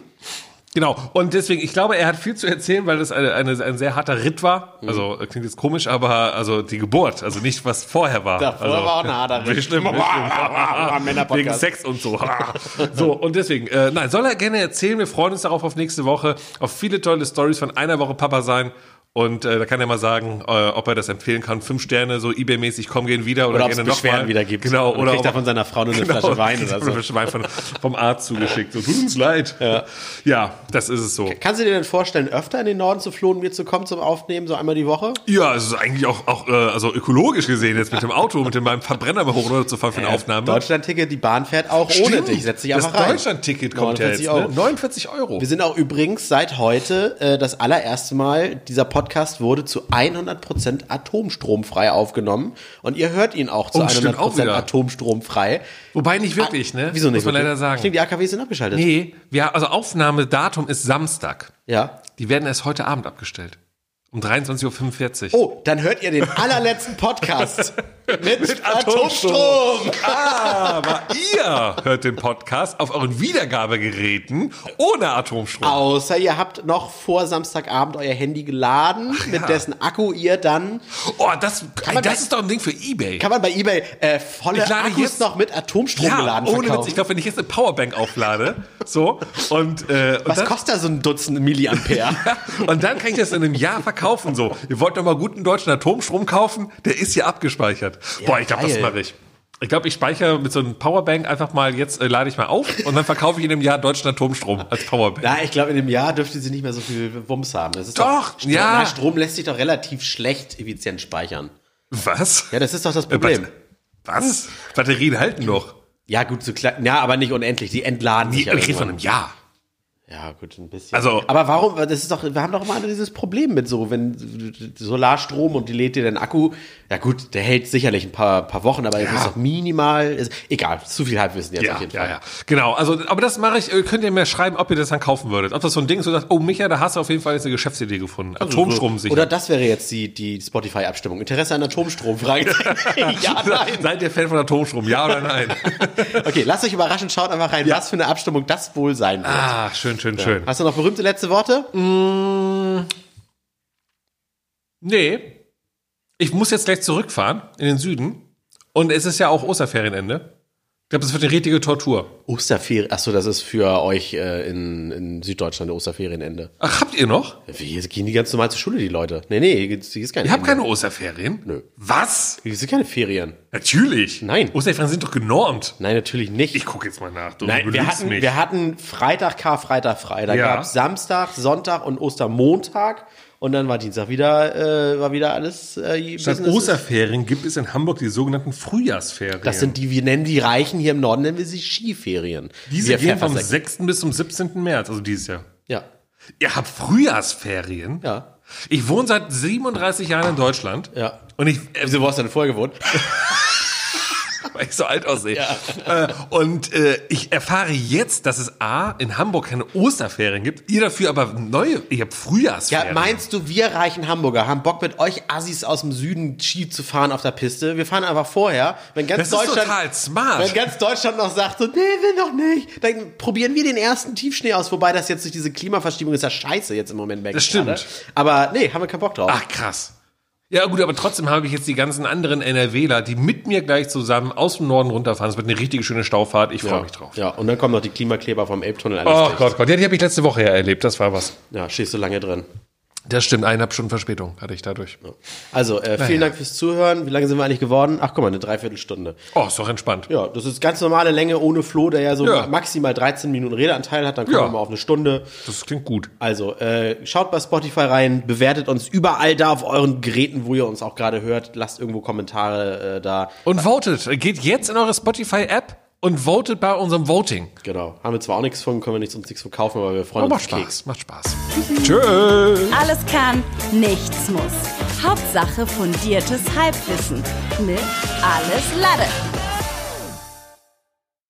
B: Genau. Und deswegen, ich glaube, er hat viel zu erzählen, weil das eine, eine, ein sehr harter Ritt war.
A: Mhm.
B: Also äh, klingt jetzt komisch, aber also die Geburt, also nicht was vorher war.
A: Davor
B: also,
A: war auch ein harter Ritt.
B: Bestimmt, bestimmt.
A: Männerpodcast.
B: Wegen Sex und so. so, und deswegen, äh, nein, soll er gerne erzählen. Wir freuen uns darauf auf nächste Woche, auf viele tolle Stories von einer Woche Papa sein. Und äh, da kann er mal sagen, äh, ob er das empfehlen kann. Fünf Sterne, so eBay-mäßig, komm, gehen wieder oder,
A: Oder ob es
B: gerne noch
A: Beschwerden
B: mal.
A: wieder gibt.
B: Genau,
A: Und
B: oder
A: kriegt
B: ob-
A: er von seiner Frau nur eine Flasche Wein oder so.
B: Eine Flasche Wein von, vom Arzt zugeschickt. So, tut uns leid. Ja. ja, das ist es so.
A: Kannst du dir denn vorstellen, öfter in den Norden zu flohen, um mir zu kommen zum Aufnehmen, so einmal die Woche?
B: Ja, es ist eigentlich auch, auch äh, also ökologisch gesehen jetzt mit dem Auto, mit dem meinem Verbrenner mal hoch oder zu fahren für eine Aufnahme.
A: Deutschland-Ticket, die Bahn fährt auch ohne
B: Stimmt,
A: dich. Setz dich einfach
B: Das
A: rein.
B: Deutschland-Ticket kommt ja jetzt.
A: 49
B: Ne?
A: Euro.
B: 49 Euro.
A: Wir sind auch übrigens seit heute äh, das allererste Mal, dieser Podcast wurde zu 100% atomstromfrei aufgenommen. Und ihr hört ihn auch zu
B: Oh, stimmt, auch
A: 100%
B: wieder.
A: atomstromfrei.
B: Wobei nicht wirklich, ne?
A: Ah, Wieso nicht?
B: Muss man
A: wirklich?
B: leider
A: Ich
B: sagen.
A: denke, die AKWs sind abgeschaltet.
B: Nee, wir, also Aufnahmedatum ist Samstag.
A: Ja.
B: Die werden erst heute Abend abgestellt. Um 23.45 Uhr.
A: Oh, dann hört ihr den allerletzten Podcast mit,
B: Atomstrom.
A: Atomstrom.
B: Aber ihr hört den Podcast auf euren Wiedergabegeräten ohne Atomstrom.
A: Außer ihr habt noch vor Samstagabend euer Handy geladen, mit
B: ja.
A: dessen Akku ihr dann,
B: Oh, das, ey,
A: man
B: das
A: da-
B: ist doch ein Ding für Ebay.
A: kann man bei Ebay äh, volle
B: Ich lade
A: Akkus
B: jetzt-
A: noch mit Atomstrom
B: ja,
A: geladen
B: ohne Witz.
A: verkaufen.
B: Ich glaube, wenn ich jetzt eine Powerbank auflade, so, und, äh, und,
A: Was
B: dann,
A: kostet da so ein Dutzend Milliampere?
B: und dann kann ich das in einem Jahr verkaufen, so. Ihr wollt doch mal guten deutschen Atomstrom kaufen? Der ist hier abgespeichert. Boah, ich glaube, das
A: geil.
B: mache ich. Ich glaube, ich speichere mit so einem Powerbank einfach mal, jetzt äh, lade ich mal auf und dann verkaufe ich in einem Jahr deutschen Atomstrom als Powerbank.
A: Na, ich glaube, in dem Jahr dürfte sie nicht mehr so viel Wumms haben. Das ist
B: Doch,
A: Strom,
B: ja.
A: na, Strom lässt sich doch relativ schlecht effizient speichern. Oh
B: Was?
A: Ja, das ist doch das Problem.
B: Was? Batterien halten doch.
A: Ja, gut, so klein. Ja, aber nicht unendlich. Die entladen sich.
B: Ich
A: ja
B: rede von
A: irgendwann.
B: einem Jahr.
A: Ja, gut, ein bisschen.
B: Also-
A: aber warum? Das ist doch, wir haben doch immer dieses Problem mit so, wenn Solarstrom und die lädt dir den Akku. Ja, gut, der hält sicherlich ein paar, paar Wochen, aber das ist doch minimal. Ist, egal, zu viel Halbwissen jetzt auf jeden
B: ja,
A: Fall.
B: ja. Genau, also, aber das mache ich, äh, könnt ihr mir schreiben, ob ihr das dann kaufen würdet. Ob das so ein Ding ist, wo du sagst, oh Micha, da hast du auf jeden Fall jetzt eine Geschäftsidee gefunden. Atomstrom sicher.
A: Also Oder das wäre jetzt die, die Spotify-Abstimmung. Interesse an Atomstrom? Frage. ja, nein.
B: Seid ihr Fan von Atomstrom, ja oder nein?
A: Okay, lasst euch überraschen, schaut einfach rein, was für eine Abstimmung das wohl sein wird.
B: ah, schön, schön, schön.
A: Hast du noch berühmte letzte Worte?
B: Mhm. Nee. Ich muss jetzt gleich zurückfahren in den Süden. Und es ist ja auch Osterferienende. Ich glaube, das wird eine richtige Tortur.
A: Osterferien. Achso, das ist für euch äh, in, in Süddeutschland Osterferienende.
B: Ach, habt ihr noch?
A: Wir gehen die ganz normal zur Schule, die Leute. Nee, nee, hier gibt's- hier ist keine.
B: Ihr habt
A: Ende.
B: keine Osterferien?
A: Nö.
B: Was?
A: Hier sind keine Ferien.
B: Natürlich.
A: Nein.
B: Osterferien sind doch genormt.
A: Nein, natürlich nicht.
B: Ich gucke jetzt mal nach. Du
A: Nein, wir
B: belügst
A: hatten,
B: mich.
A: wir hatten Freitag, Karfreitag frei. Da
B: Ja.
A: gab es Samstag, Sonntag und Ostermontag. Und dann war Dienstag wieder, äh, war wieder alles. Äh,
B: Statt
A: Business-
B: Osterferien gibt es in Hamburg die sogenannten Frühjahrsferien.
A: Das sind die, wir nennen die Reichen hier im Norden, nennen wir sie Skiferien.
B: Diese
A: wir
B: gehen vom
A: Pfeffersäcke.
B: 6. bis zum 17. März, also dieses Jahr.
A: Ja,
B: Ihr habt Frühjahrsferien?
A: ja.
B: Ich wohne seit 37 Jahren in Deutschland.
A: Ja.
B: Und ich, äh,
A: Wieso warst du denn vorher gewohnt?
B: weil ich so alt aussehe. Äh, und äh, ich erfahre jetzt, dass es A, in Hamburg keine Osterferien gibt, ihr dafür aber neue, ihr habt Frühjahrsferien.
A: Ja, meinst du, wir reichen Hamburger haben Bock mit euch Assis aus dem Süden Ski zu fahren auf der Piste? Wir fahren einfach vorher. Wenn ganz
B: Das ist
A: Deutschland,
B: total smart.
A: wenn ganz Deutschland noch sagt, so, nee, will noch nicht, dann probieren wir den ersten Tiefschnee aus. Wobei das jetzt durch diese Klimaverschiebung ist ja scheiße jetzt im Moment weg.
B: Das stimmt.
A: gerade. Aber nee, haben wir keinen Bock drauf.
B: Ach krass. Ja gut, aber trotzdem habe ich jetzt die ganzen anderen NRWler, die mit mir gleich zusammen aus dem Norden runterfahren. Es wird eine richtige schöne Staufahrt. Ich freue
A: ja.
B: mich drauf.
A: Ja, und dann kommen noch die Klimakleber vom Elbtunnel. alles
B: Oh
A: dicht.
B: Gott, Gott. Ja, die habe ich letzte Woche ja erlebt. Das war was.
A: Ja, stehst du lange drin.
B: Das stimmt. Eineinhalb Stunden Verspätung hatte ich dadurch.
A: Also, äh, vielen Dank fürs Zuhören. Wie lange sind wir eigentlich geworden? Ach, guck mal, eine Dreiviertelstunde.
B: Oh, ist doch entspannt.
A: Ja, das ist ganz normale Länge ohne Flo, der ja so
B: Ja.
A: maximal 13 Minuten Redeanteil hat. Dann kommen
B: Ja.
A: wir mal auf eine Stunde.
B: Das klingt gut.
A: Also, äh, schaut bei Spotify rein, bewertet uns überall da auf euren Geräten, wo ihr uns auch gerade hört. Lasst irgendwo Kommentare äh, da.
B: Und votet. Geht jetzt in eure Spotify-App und votet bei unserem Voting.
A: Genau. Haben wir zwar auch nichts von, können wir nichts uns nichts verkaufen, aber wir freuen
B: Oh, macht
A: uns auf Keks.
B: Spaß. Macht Spaß. Tschüss.
C: Alles kann, nichts muss. Hauptsache fundiertes Halbwissen mit Alles Lade.